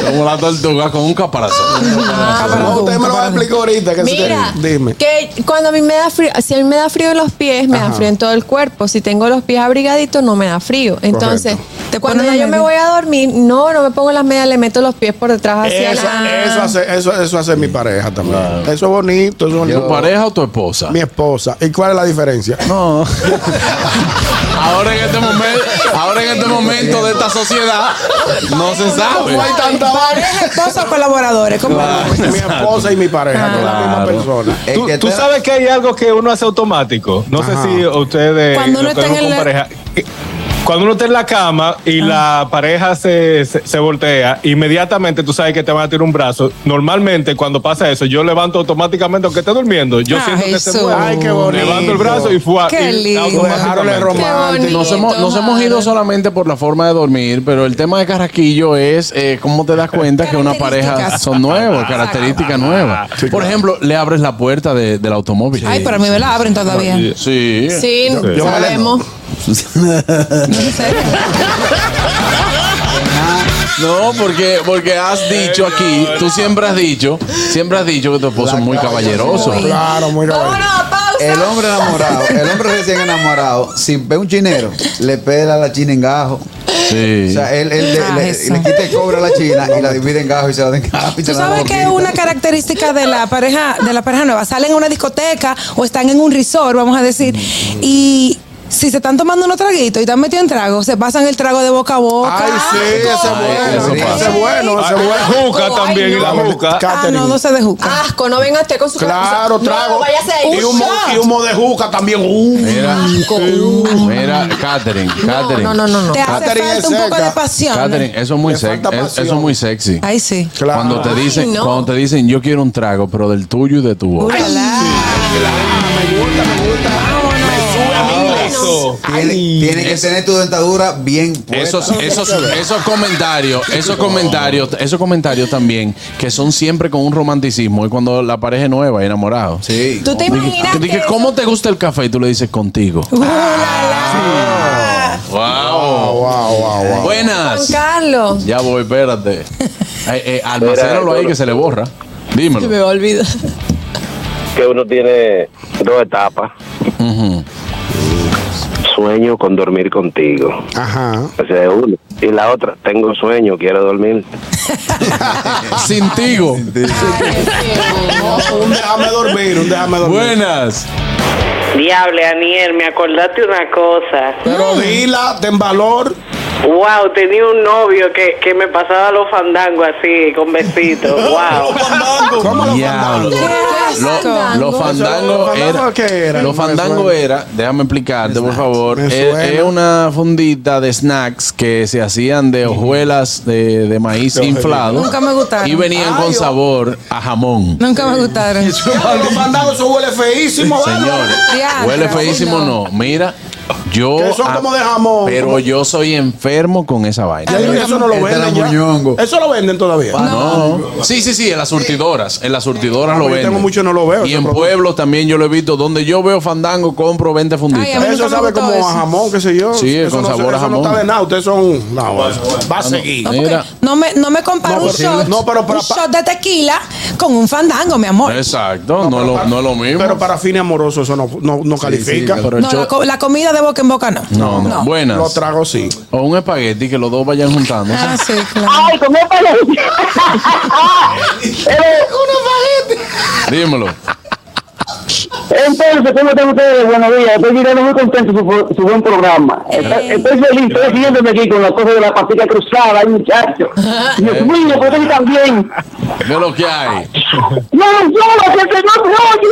fin. Como la tortuga con un caparazón. No, usted me lo va a explicar ahorita. Que Mira, si te- dime. que cuando a mí me da frío, si a mí me da frío en los pies, me da frío en todo el cuerpo. Si tengo los pies abrigaditos, no me da frío. Entonces, Te cuando pones ya yo la me media. voy a dormir, no, no me pongo las medias, le meto los pies por detrás hacia Eso, la... eso, hace, eso, eso hace mi pareja también. Eso es bonito, eso es ¿Tu bonito. pareja o tu esposa? Mi esposa. ¿Y cuál es la diferencia? No. Ahora en este momento, ahora en este momento de esta sociedad, no se sabe. No hay tanta vaina. Esposos colaboradores. ¿cómo? Mi esposa y mi pareja, no es la misma Claro. persona. Es Tú, que tú te- sabes que hay algo que uno hace automático. No Ajá. sé si ustedes Cuando uno lo está en tenemos el- Ah. con pareja. Que, Cuando uno está en la cama y la pareja se, se, se voltea, inmediatamente tú sabes que te van a tirar un brazo. Normalmente, cuando pasa eso, yo levanto automáticamente, aunque esté durmiendo. Yo Ay, siento que se Jesús. mueve. Ay, qué bonito. Levanto el brazo Ah, y fue Qué lindo. Qué romántico. Nos hemos, nos hemos ido solamente por la forma de dormir, pero el tema de Carraquillo es eh, cómo te das cuenta que una pareja son nuevas, características nuevas. Por ejemplo, le abres la puerta de- del automóvil. Ay, pero a mí me la abren todavía. Sí. Sí, sabemos. No, porque, porque has dicho aquí, tú siempre has dicho, siempre has dicho que tu esposo es muy caballeroso. Claro, muy El hombre enamorado, el hombre recién enamorado, si ve un chinero, le pela a la china en gajo. Sí. O sea, él, él le- Ah, le, eso. le quita el cobre a la china y la divide en gajo y se la da en gajo. Y se Tú la da sabes que es poquito. una característica de la pareja de la pareja nueva. Salen a una discoteca o están en un resort, vamos a decir, y si se están tomando unos traguitos y están metidos en trago, se pasan el trago de boca a boca. Ay, sí, ese es bueno. eso Ese pasa. es bueno, ese Ay, es bueno. la juca Ay, también, no. la juca. Ah, no, no se de juca. Asco, no venga usted con su Claro, no, trago. váyase ahí. y, humo, y humo de juca también. Uh, Mira, mira, Catherine, Catherine. no, no, no, no. Te hace Catherine falta es un poco seca. de pasión. Catherine, eso es muy sexy. falta pasión. Eso es muy sexy. Ay, sí. Claro. Cuando te dicen, no. cuando te dicen, yo quiero un trago, pero del tuyo y de tu boca. Eso. Tiene, tiene que tener tu dentadura bien puesta. Esos, esos, esos comentarios, esos comentarios, esos comentarios también, que son siempre con un romanticismo, es cuando la pareja es nueva y enamorado. Sí. ¿Tú te imaginas Dije, que ¿cómo te gusta el café? Y tú le dices contigo. Uh, la, la. Wow. wow, wow, wow. Buenas. Juan Carlos? Ya voy, espérate. Eh, eh, almacénalo Espera, ahí yo- que se le borra. Dímelo. Se me va a olvidar. que uno tiene dos etapas. Sueño con dormir contigo. Ajá. Ese es uno. Y la otra, tengo sueño, quiero dormir. Sintigo. Un déjame dormir, un déjame dormir. Buenas. Diable, Aniel, me acordaste una cosa. Pero dila, ten valor. Wow, tenía un novio que, que me pasaba los fandangos así, con besitos. Wow. ¿Cómo lo Diablo. mandamos? Lo- Los fandangos ¿Los fandangos era, qué eran? Los Me fandangos suena. era, déjame explicarte, por favor. Me Es, suena. es una fundita de snacks que se hacían de hojuelas de, de maíz inflado. Nunca me gustaron. Y venían con Ay, oh. sabor a jamón. Nunca me gustaron. Los fandangos, eso huele feísimo, ¿vale? Señores, Diantre, huele feísimo, no. Mira, yo. Que son ah, como de jamón. Pero yo soy enfermo con esa vaina. Ya digo que eso no lo Este era venden ya. muñongo. Eso lo venden todavía. Ah, No. Sí, sí, sí, en las surtidoras. En las surtidoras Ah, lo yo venden. tengo mucho, no lo veo, Y ese en producto. pueblos también yo lo he visto. Donde yo veo fandango, compro 20 funditas. Ay, a mí nunca Eso me sabe gustó como eso. a jamón, qué sé yo. Sí, Eso con no se- sabor a eso jamón. No está de nada, ustedes son. No, va a seguir. No, Mira. porque no me, no me comparo No, un pero- shot, no, pero para- un shot de tequila con un fandango, mi amor. Exacto, no, es lo, no es lo mismo. Pero para fines amorosos eso no, no, no califica. pero el no, la, shot- co- la comida de boca en boca no. no, no, Buenas. Los tragos sí. O un espagueti que los dos vayan juntando. Ah, sí, claro. Ay, ¿cómo para Dímelo. Entonces, ¿cómo están ustedes? Buenos días. Estoy mirando muy contento su, su buen programa. Está- Estoy feliz, estoy siguiéndome aquí con la cosa de la pastilla cruzada, ay, muchacho. Dios mío, pues él también. Ve lo que hay. No, no, no, que se no, no,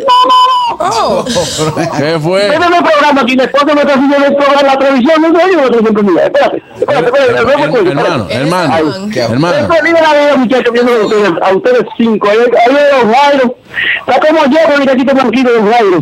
no, no. Oh, ¿Qué fue? Estoy viendo el programa aquí, mi esposo me está siguiendo el programa en la televisión, no sé, yo no tengo ni idea. Espérate, espérate, espérate, no me cuelgues, Hermano, espérate. hermano, Ay. hermano. Estoy feliz de la vida, muchachos, viendo a ustedes, a ustedes cinco. Ahí ahí veo a Osvaldo. Está como yo, con el aquí blanquito de Osvaldo.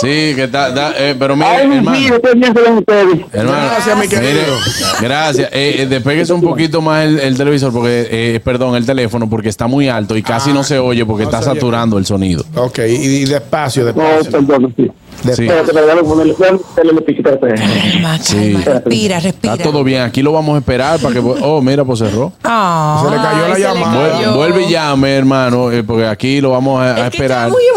Sí, que está, está- eh, pero mire, Ay, mis hermano. hijos, qué bien pues, se ven ustedes. Hermano, Gracias, mi mire, querido. gracias. Eh, eh, despéguese un poquito más el, el televisor, porque, eh, perdón, el teléfono, porque está muy alto y casi no se oye porque está Ah, se oye. saturando el sonido. Ok, y, y despacio, No, despacio. perdón, sí. Sí. Espérate, espérate, déjame ponerle, déjame ponerle piquito a este. calma, Sí. calma, respira, respira. Está todo bien. Aquí lo vamos a esperar para que. Oh, mira, pues cerró. Ah. Se le cayó la Ay, se le llamada. Vuel- Yo- Vuelve y llame, hermano, eh, porque aquí lo vamos a, a Es que está esperar. muy Sí,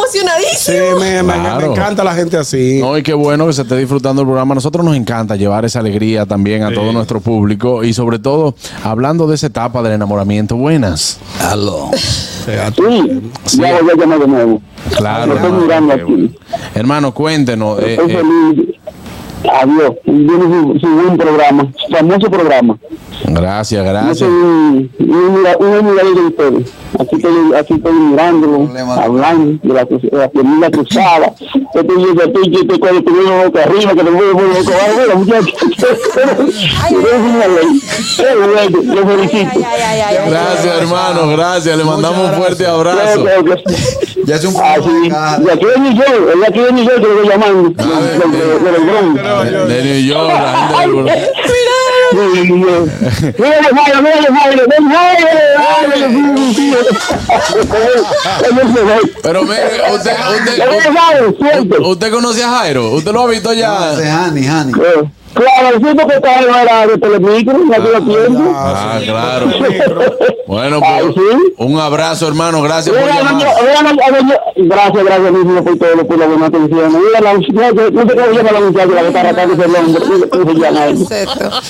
emocionadísimo. me, me- Claro. me encanta la gente así. No, y qué bueno que se esté disfrutando el programa. A nosotros nos encanta llevar esa alegría también a todo nuestro público y sobre todo hablando de esa etapa del enamoramiento. Buenas. Aló. Sí, ya voy a llamar de nuevo. Claro. Lo estoy hermano, mirando qué aquí. bueno. Hermano, cuéntenos. eh, Estoy eh, feliz. Adiós. Viene su, su buen programa, su famoso programa. Gracias, Yo soy gracias. un, un, un admirador de ustedes. Aquí estoy, aquí estoy mirándolo, hablando de la, cruz- de la familia cruzada. Yo te digo que tú, que te cuando te veo boca arriba, que te mueves muy boca abajo, bueno, muchachos. Es una ley. Qué bueno, lo felicito. Gracias, hermano, gracias. Le mandamos un fuerte abrazo. Ya es un Y aquí en New York, el de aquí en New York que lo voy llamando. de- de- de- de los Bronx. De New York, la gente del Bronx. Mírale, Mario, mírale, Mario, ven, Mario, Mario, sí, sí, sí. Pero mire, usted, usted, usted conoce a Jairo, usted lo ha visto ya. Eh, Claro, el tipo que está en la de Telemicro, ya que lo tiene. Ah, claro. Bueno, pues, un abrazo, hermano, gracias por Mira, llamar. doña- mira, doña- doña- Gracias, gracias mismo por todo, por la buena atención. Mira, la muchacha, no sé cómo se llama la muchacha, la que está tratando de ser el hombre, no sé cómo se llama ella.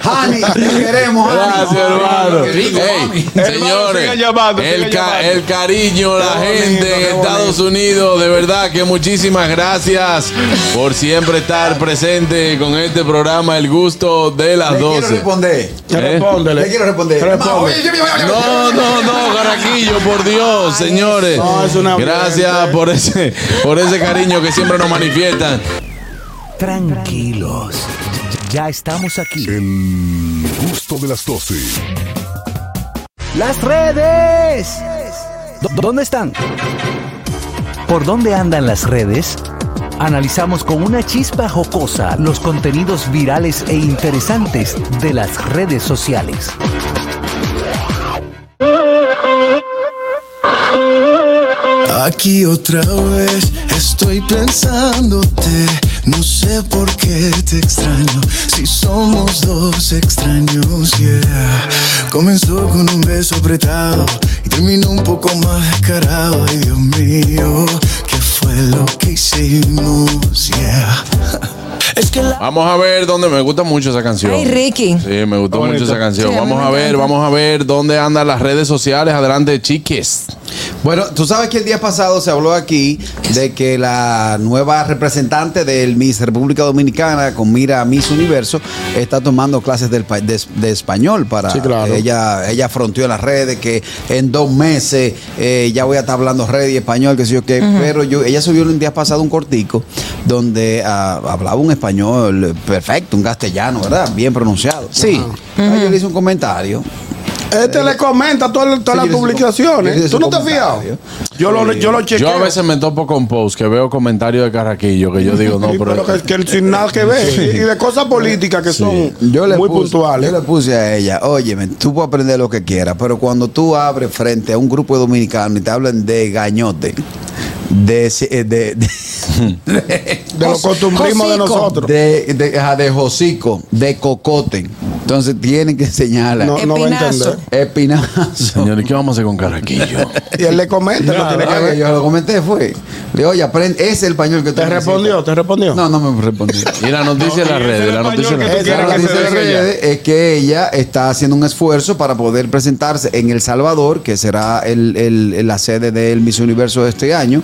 Hani, te queremos, Hani. Gracias, hermano. Qué rico, Ey, señores, el, ca- el cariño, la gente en Estados Unidos, de verdad que muchísimas gracias por siempre estar presente con este programa, El Gusto de las 12. responder. Respóndele. Le quiero responder. Hermano, oye, yo- yo- yo- yo- No, no, no, Caraquillo, por Dios, señores. Gracias por ese, por ese cariño que siempre nos manifiestan. Tranquilos, ya estamos aquí. El gusto de las 12. Las redes. ¿Dó- ¿Dónde están? ¿Por dónde andan las redes? Analizamos con una chispa jocosa los contenidos virales e interesantes de las redes sociales. Aquí otra vez estoy pensándote, no sé por qué te extraño, si somos dos extraños, yeah. Comenzó con un beso apretado y terminó un poco más descarado, ay Dios mío, ¿qué fue lo que hicimos, yeah? Vamos a ver dónde me gusta mucho esa canción. Ay, Ricky. Sí, me gustó mucho esa canción. Sí, a mí vamos me a ver, encanta. vamos a ver dónde andan las redes sociales. Adelante, chiques. Bueno, tú sabes que el día pasado se habló aquí de que la nueva representante del Miss República Dominicana con mira a Miss Universo está tomando clases del pa- de, de español para Sí, claro. ella ella fronteó en las redes que en dos meses eh, ya voy a estar hablando redes y español que sé yo qué pero yo ella subió un día pasado un cortico donde ah, hablaba un español perfecto un castellano verdad bien pronunciado sí Ah, yo le hice un comentario Este le comenta todas Sí, todas las yo hice- yo publicaciones. hice ¿Tú no te has fijado? comentario. Yo lo, yo Yo lo a chequeo. veces me topo con posts que veo comentarios de Carraquillo que yo digo, no, pero. Pero que, que el sin nada que ver. Sí. Y y de cosas políticas que son Yo le muy puse, puntuales. Yo le puse a ella, óyeme, tú puedes aprender lo que quieras, pero cuando tú abres frente a un grupo de dominicanos y te hablan de gañote, de... si- eh, de, de, De los costumbrismos de nosotros. De, de, ajá, de jocico, de cocote. Entonces tienen que enseñarla. No- no va a Espinazo. Espinazo. Señores, ¿qué vamos a hacer con Carraquillo? Y él le comenta, no, Nada, tiene que que ver. yo lo comenté fue. Le digo, oye, aprende, ese es el español que tú ¿Te necesitas". respondió? ¿Te respondió? No, no me respondió. Y la noticia en las redes, la noticia en las que redes. tú quieras Ahora que dice se desarrolle. Mercedes es que ella está haciendo un esfuerzo para poder presentarse en El Salvador, que será el- el- la sede del Miss Universo de este año,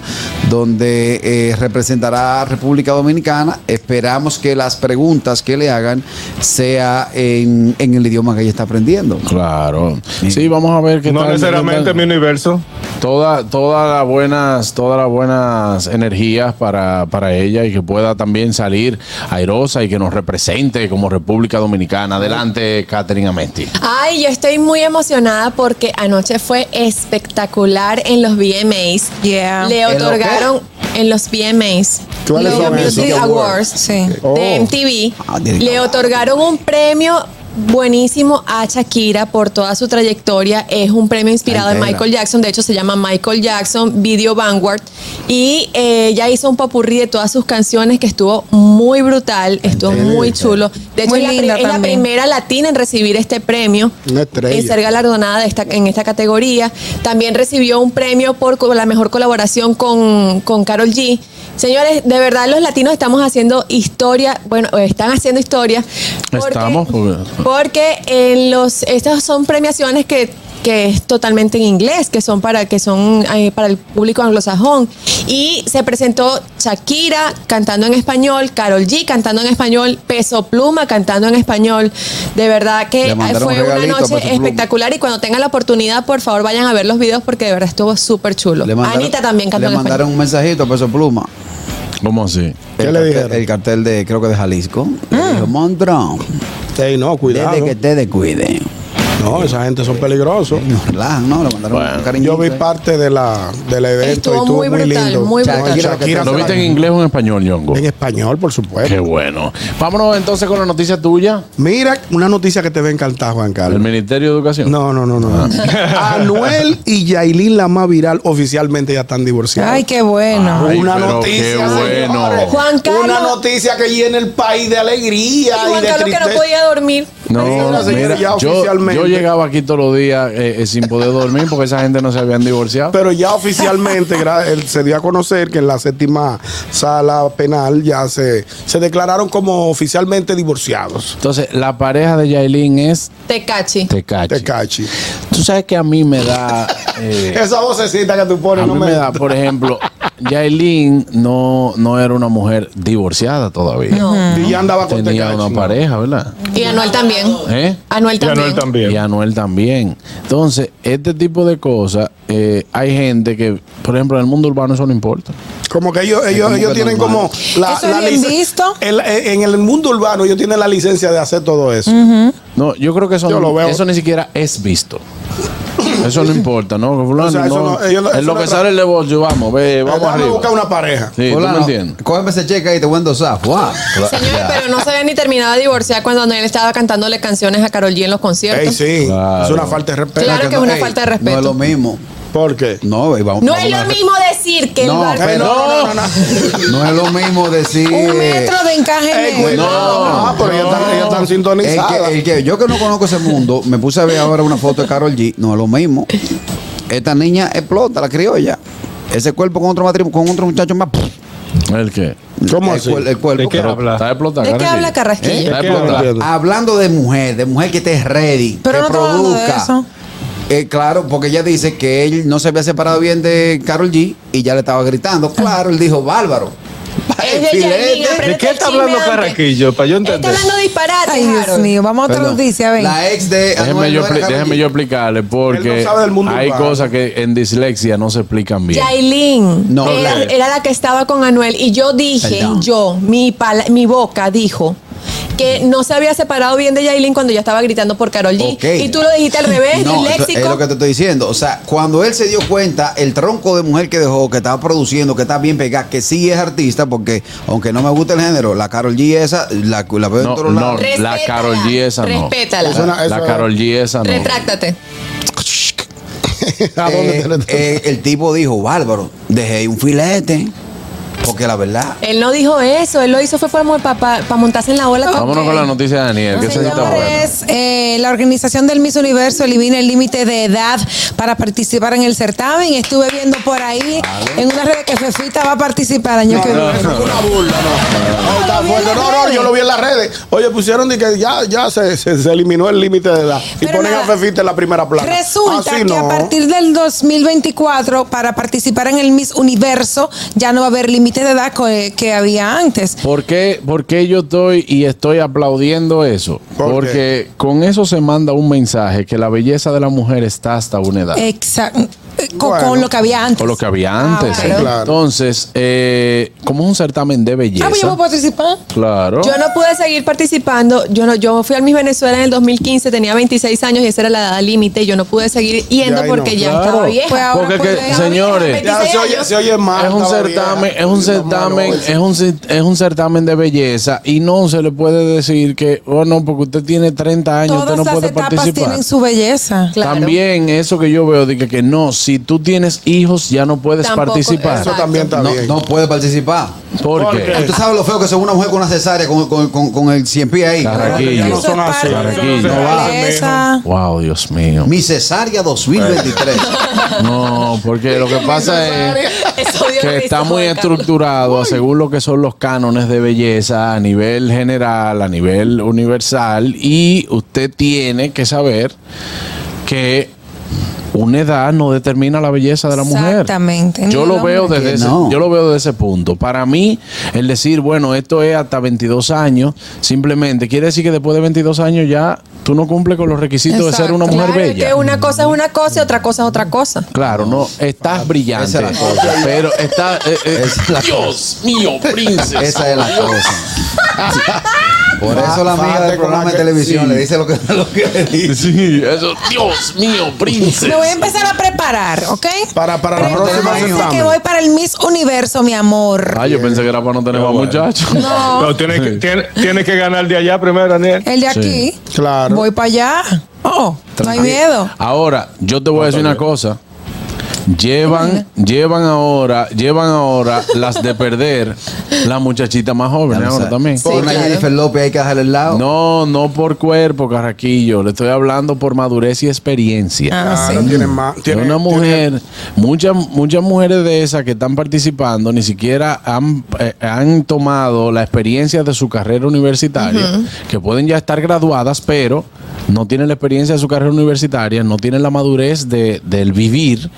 donde eh, representará a República Dominicana. Esperamos que las preguntas que le hagan sea en, en el idioma que ella está aprendiendo. Claro. Sí, vamos a ver qué No tal. necesariamente mi universo. Todas todas las buenas, todas las buenas energías para, para ella y que pueda también salir airosa y que nos represente como República Dominicana. Adelante, Catherine Amesti. Ay, yo estoy muy emocionada porque anoche fue espectacular en los VMAs. Le ¿En lo otorgaron en los VMAs. ¿Cuáles Video son esos? Music ¿Qué Awards Sí. de Oh. MTV. Ah, de- Le otorgaron un premio buenísimo a Shakira por toda su trayectoria. Es un premio inspirado en Entera. Michael Jackson. De hecho, se llama Michael Jackson Video Vanguard. Y eh, ella hizo un papurrí de todas sus canciones que estuvo muy brutal, estuvo muy chulo. De hecho, Muy es la pri- linda es la también. primera latina en recibir este premio Una estrella. en ser galardonada de esta- en esta categoría. También recibió un premio por co- la mejor colaboración con, con Carol G. Señores, de verdad los latinos estamos haciendo historia, bueno, o están haciendo historia. porque- Estamos. porque- Porque en los, estas son premiaciones que que es totalmente en inglés, que son para que son eh, para el público anglosajón y se presentó Shakira cantando en español, Carol G cantando en español, Peso Pluma cantando en español. De verdad que Le eh, mandaron fue un una regalito a noche Peso Pluma. espectacular y cuando tengan la oportunidad, por favor, vayan a ver los videos porque de verdad estuvo súper chulo. Le mandaron- Anita también cantó en Le español. mandaron un mensajito a Peso Pluma. ¿Cómo así? ¿Qué le dijeron? El cartel de, creo que de Jalisco. Ah. Le dijo, Montrón. Sí, no, cuidado. Desde que te descuide. No, esa gente son peligrosos. No, relajan, no, le mandaron un cariñito. eh. Yo vi parte de la, del evento y estuvo muy, lindo. Shakira, Shakira ¿Lo viste en inglés o en español, Ñongo? En español, por supuesto. Qué bueno. Vámonos entonces con la noticia tuya. Mira, una noticia que te va a encantar, Juan Carlos. ¿El Ministerio de Educación? No, no, no, no. Ah. Anuel y Yailin, la más viral, oficialmente ya están divorciados. Ay, qué bueno. Ay, Una pero noticia, qué señores. bueno. Juan Carlos. Una noticia que llena el país de alegría Y y Juan de Carlos que no tristeza. podía dormir. No, Parece una mira, señora ya yo, oficialmente. yo llegaba aquí todos los días eh, eh, sin poder dormir porque esa gente no se habían divorciado. Pero ya oficialmente gra- él se dio a conocer que en la séptima sala penal ya se, se declararon como oficialmente divorciados. Entonces, la pareja de Yailin es Tecachi. Tecachi. Tecachi. Tú sabes que a mí me da... eh, Esa vocecita que tú pones a no mí me, me da, por ejemplo, Yailin no, no era una mujer divorciada todavía. No. Y ya andaba con Tenía Tecachi, una ¿no? pareja, ¿verdad? Y Anuel también. ¿Eh? Anuel también. Y Anuel también. Entonces, este tipo de cosas, eh, hay gente que, por ejemplo, en el mundo urbano eso no importa. Como que ellos, ellos, como ellos que tienen normal. como la, Eso es la bien licen- visto. el- eh, en el mundo urbano ellos tienen la licencia de hacer todo eso. No, yo creo que eso, Yo no- lo veo. eso ni siquiera es visto. Eso no importa, ¿no? Fulano, O sea, eso no- no- ellos no- eso en lo no que tra- sale el negocio, vamos, ve, Eh, vamos Vamos a arriba. buscar una pareja. Sí, tú me Fulano, entiendes. Cógeme ese cheque ahí, te voy a endosar. Fuá. Señores, Ya. pero no se había ni terminado de divorciar cuando Anuel estaba cantándole canciones a Carol G en los Ey, conciertos. sí, Claro. es una falta de respeto. Claro que es una falta de No es respeto. lo mismo. ¿Por qué? No, y vamos, No vamos es lo a- mismo decir que No, el pero- barco. no, No es lo mismo decir. Un metro de encaje Ey, negro. cuidado, No, ah, pero ellos están, ellas están El sintonizadas. que, el que- yo que no conozco ese mundo, me puse a ver ahora una foto de Carol G. No es lo mismo. Esta niña explota, la criolla. Ese cuerpo con otro matrimonio, con otro muchacho más. pff, ¿El qué? ¿Cómo el, así? cuer- el cuerpo. ¿De qué Pero- habla? Está explotando. ¿De qué habla Carrasquillo? Está ¿De qué explotando. habla? Hablando de mujer, de mujer que esté ready, Pero que no estamos hablando de eso. produzca. Eh, claro, porque ella dice que él no se había separado bien de Carol G y ya le estaba gritando. Claro, él dijo, bárbaro. Es de Yailin, aprende ¿De qué está este hablando chisme antes. Carraquillo? Para yo Este Está entender. hablando disparate, Ay, Dios Harold. mío. Vamos a otra Perdón. noticia, ven. La ex Eh, de Déjeme Anuel yo, no era expli- Karol déjeme G. yo explicarle, porque Él no sabe del mundo hay urbano. cosas que en dislexia no se explican bien. Yailin No, era, Yailin. era la que estaba con Anuel y yo dije, Perdón. yo, mi, pala- mi boca dijo que no se había separado bien de Yailin cuando ya estaba gritando por Carol G. Ok. Y tú lo dijiste al revés, No, eso disléxico. es lo que te estoy diciendo. O sea, cuando él se dio cuenta, el tronco de mujer que dejó, que estaba produciendo, que está bien pegada, que sí es artista, porque aunque no me gusta el género, la Carol G esa, la, la veo en No, todos no, lados. la Carol G esa no. Respétala. Eso no- La Carol G esa no. Retráctate. ¿A dónde Eh, te lo- eh, el tipo dijo, bárbaro, dejé ahí un filete, porque la verdad... Él no dijo eso, él lo hizo fue para montarse en la ola. con Vámonos con la él. noticia de Daniel, que esa sí está buena. Señores, eh, la organización del Miss Universo elimina el límite de edad para participar en el certamen. Estuve viendo por ahí en una red que Fefita va a participar año que viene. Eso fue una burla, no. Ahí Ah, está fuerte. No, no, yo lo vi en las redes. Oye, pusieron de que ya, ya se, se- se eliminó el límite de edad. Y Pero ponen nada. a Fefita en la primera plana. Así Resulta que no. a partir del 2024, para participar en el Miss Universo, ya no va a haber límite de edad co- eh, que había antes. ¿Por qué, por qué yo estoy y estoy aplaudiendo eso? ¿Por Porque con eso se manda un mensaje que la belleza de la mujer está hasta una edad. Exacto. Eh, Con, Bueno. lo que había Eh, antes. o lo que había antes. bueno. ¿eh? Sí, claro. Entonces, eh, como es un certamen de Ah, pues yo belleza, puedo participar. claro. Yo no pude seguir participando. Yo no, yo fui al Miss Venezuela en el 2015, tenía 26 años y esa era la edad límite. Yo no pude seguir yendo Ya, y porque no. ya Claro. estaba vieja. Pues ahora Porque pues, que, ya- señores, Ya se oye, se oye mal. es un estaba certamen, vieja. es un Y las manos, certamen, eso. es un cer- es un certamen de belleza y no se le puede decir que, oh no, porque usted tiene 30 años, Todas usted no las puede etapas participar. tienen su belleza. Claro. También eso que yo veo, de que, que no, si tú tienes hijos ya no puedes Tampoco, participar. Eso también está No, bien. no puede participar. ¿Por ¿Por qué? qué? Tú sabes lo feo que son una mujer con una cesárea, con, con- con- con el cien pies ahí. Carraquillo. no son así. Carraquillo. No va. Belleza. Wow, Oh, Dios mío. Mi cesárea 2023. No, porque lo que pasa es Eso dio que risa, está muy Juan Carlos. estructurado según lo que son los cánones de belleza a nivel general, a nivel universal, y usted tiene que saber que una edad no determina la belleza de la mujer. Exactamente. Yo Ni lo el veo hombre. desde ese, yo lo veo desde ese punto. Para mí, el decir, bueno, esto es hasta 22 años, simplemente quiere decir que después de 22 años ya tú no cumples con los requisitos de ser una mujer Claro, bella. Que una cosa es una cosa y otra cosa es otra cosa. Claro, no, estás brillante. esa es la cosa. Pero está. eh, eh, Dios mío, princesa. Esa es la cosa. Por Ah, eso la amiga fíjate del con la programa de que- televisión sí. le dice lo que, lo que le dice. Sí, eso. Dios mío, princesa. Me voy a empezar a preparar, ¿ok? Para, para la próxima que voy para el Miss Universo, mi amor. Ah, yo pensé que era para no tener más muchachos. No. Pero tienes, que, tiene- tienes que ganar de allá primero, Daniel. El de aquí. Claro. Voy para allá. Oh, no hay Tranquilo. miedo. Ahora, yo te voy a decir una cosa. Llevan, llevan ahora, llevan ahora las de perder la muchachita más joven Ya lo ahora sabes. también. Por una Jennifer López hay que dejarle el lado. No, no por cuerpo, carraquillo. Le estoy hablando por madurez y experiencia. Ah, Claro, sí. tienen más- De tienen- una mujer, muchas, muchas mujeres de esas que están participando ni siquiera han, eh, han tomado la experiencia de su carrera universitaria, que pueden ya estar graduadas, pero no tienen la experiencia de su carrera universitaria, no tienen la madurez de- del vivir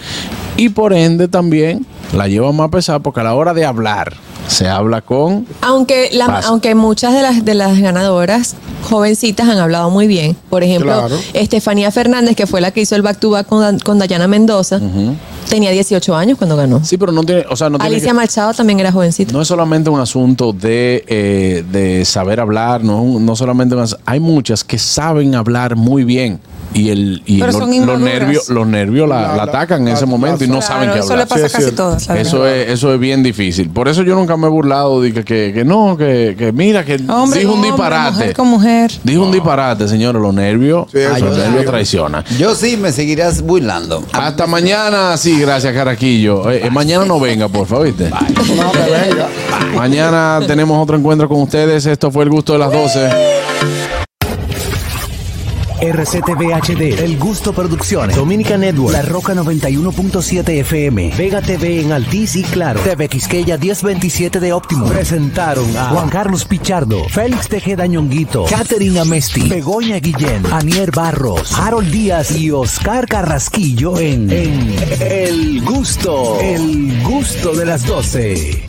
y por ende también la llevan más pesada porque a la hora de hablar se habla con Aunque, la- Pasa. aunque muchas de las, de las ganadoras jovencitas han hablado muy bien. Por ejemplo, Claro. Estefanía Fernández, que fue la que hizo el back to back con, Dan- con Dayana Mendoza, tenía 18 años cuando ganó. Sí, pero no tiene, o sea, no tiene Alicia que- Machado también era jovencita. No es solamente un asunto de, eh, de saber hablar, no, es un- no solamente más. Hay muchas que saben hablar muy bien y, el, y Pero lo- son los inmaduras. nervios, los nervios la, la atacan en ese momento y no Claro, saben qué eso hablar. le pasa Sí, es casi cierto. a todas, la Eso verdad. es, eso es bien difícil. Por eso yo nunca me he burlado de que, que, que no, que, que mira, que Hombre, dijo un con hombre, disparate. mujer con mujer. Dijo un disparate, señores, los nervios, los nervios traicionan. Yo sí me seguirás burlando. Hasta mañana, sí, gracias, Caraquillo. Eh, eh, mañana no venga, por favor, ¿viste? Mañana tenemos otro encuentro con ustedes. Esto fue el gusto de las 12. RCTV HD, El Gusto Producciones, Dominica Network, La Roca 91.7 FM, Vega TV en Altiz y Claro, TV Quisqueya 1027 de Optimo. Presentaron a Juan Carlos Pichardo, Félix Tejeda Ñonguito, Katherine Amesti, Begoña Guillén, Anier Barros, Harold Díaz y Oscar Carrasquillo en, en El Gusto, El Gusto de las 12.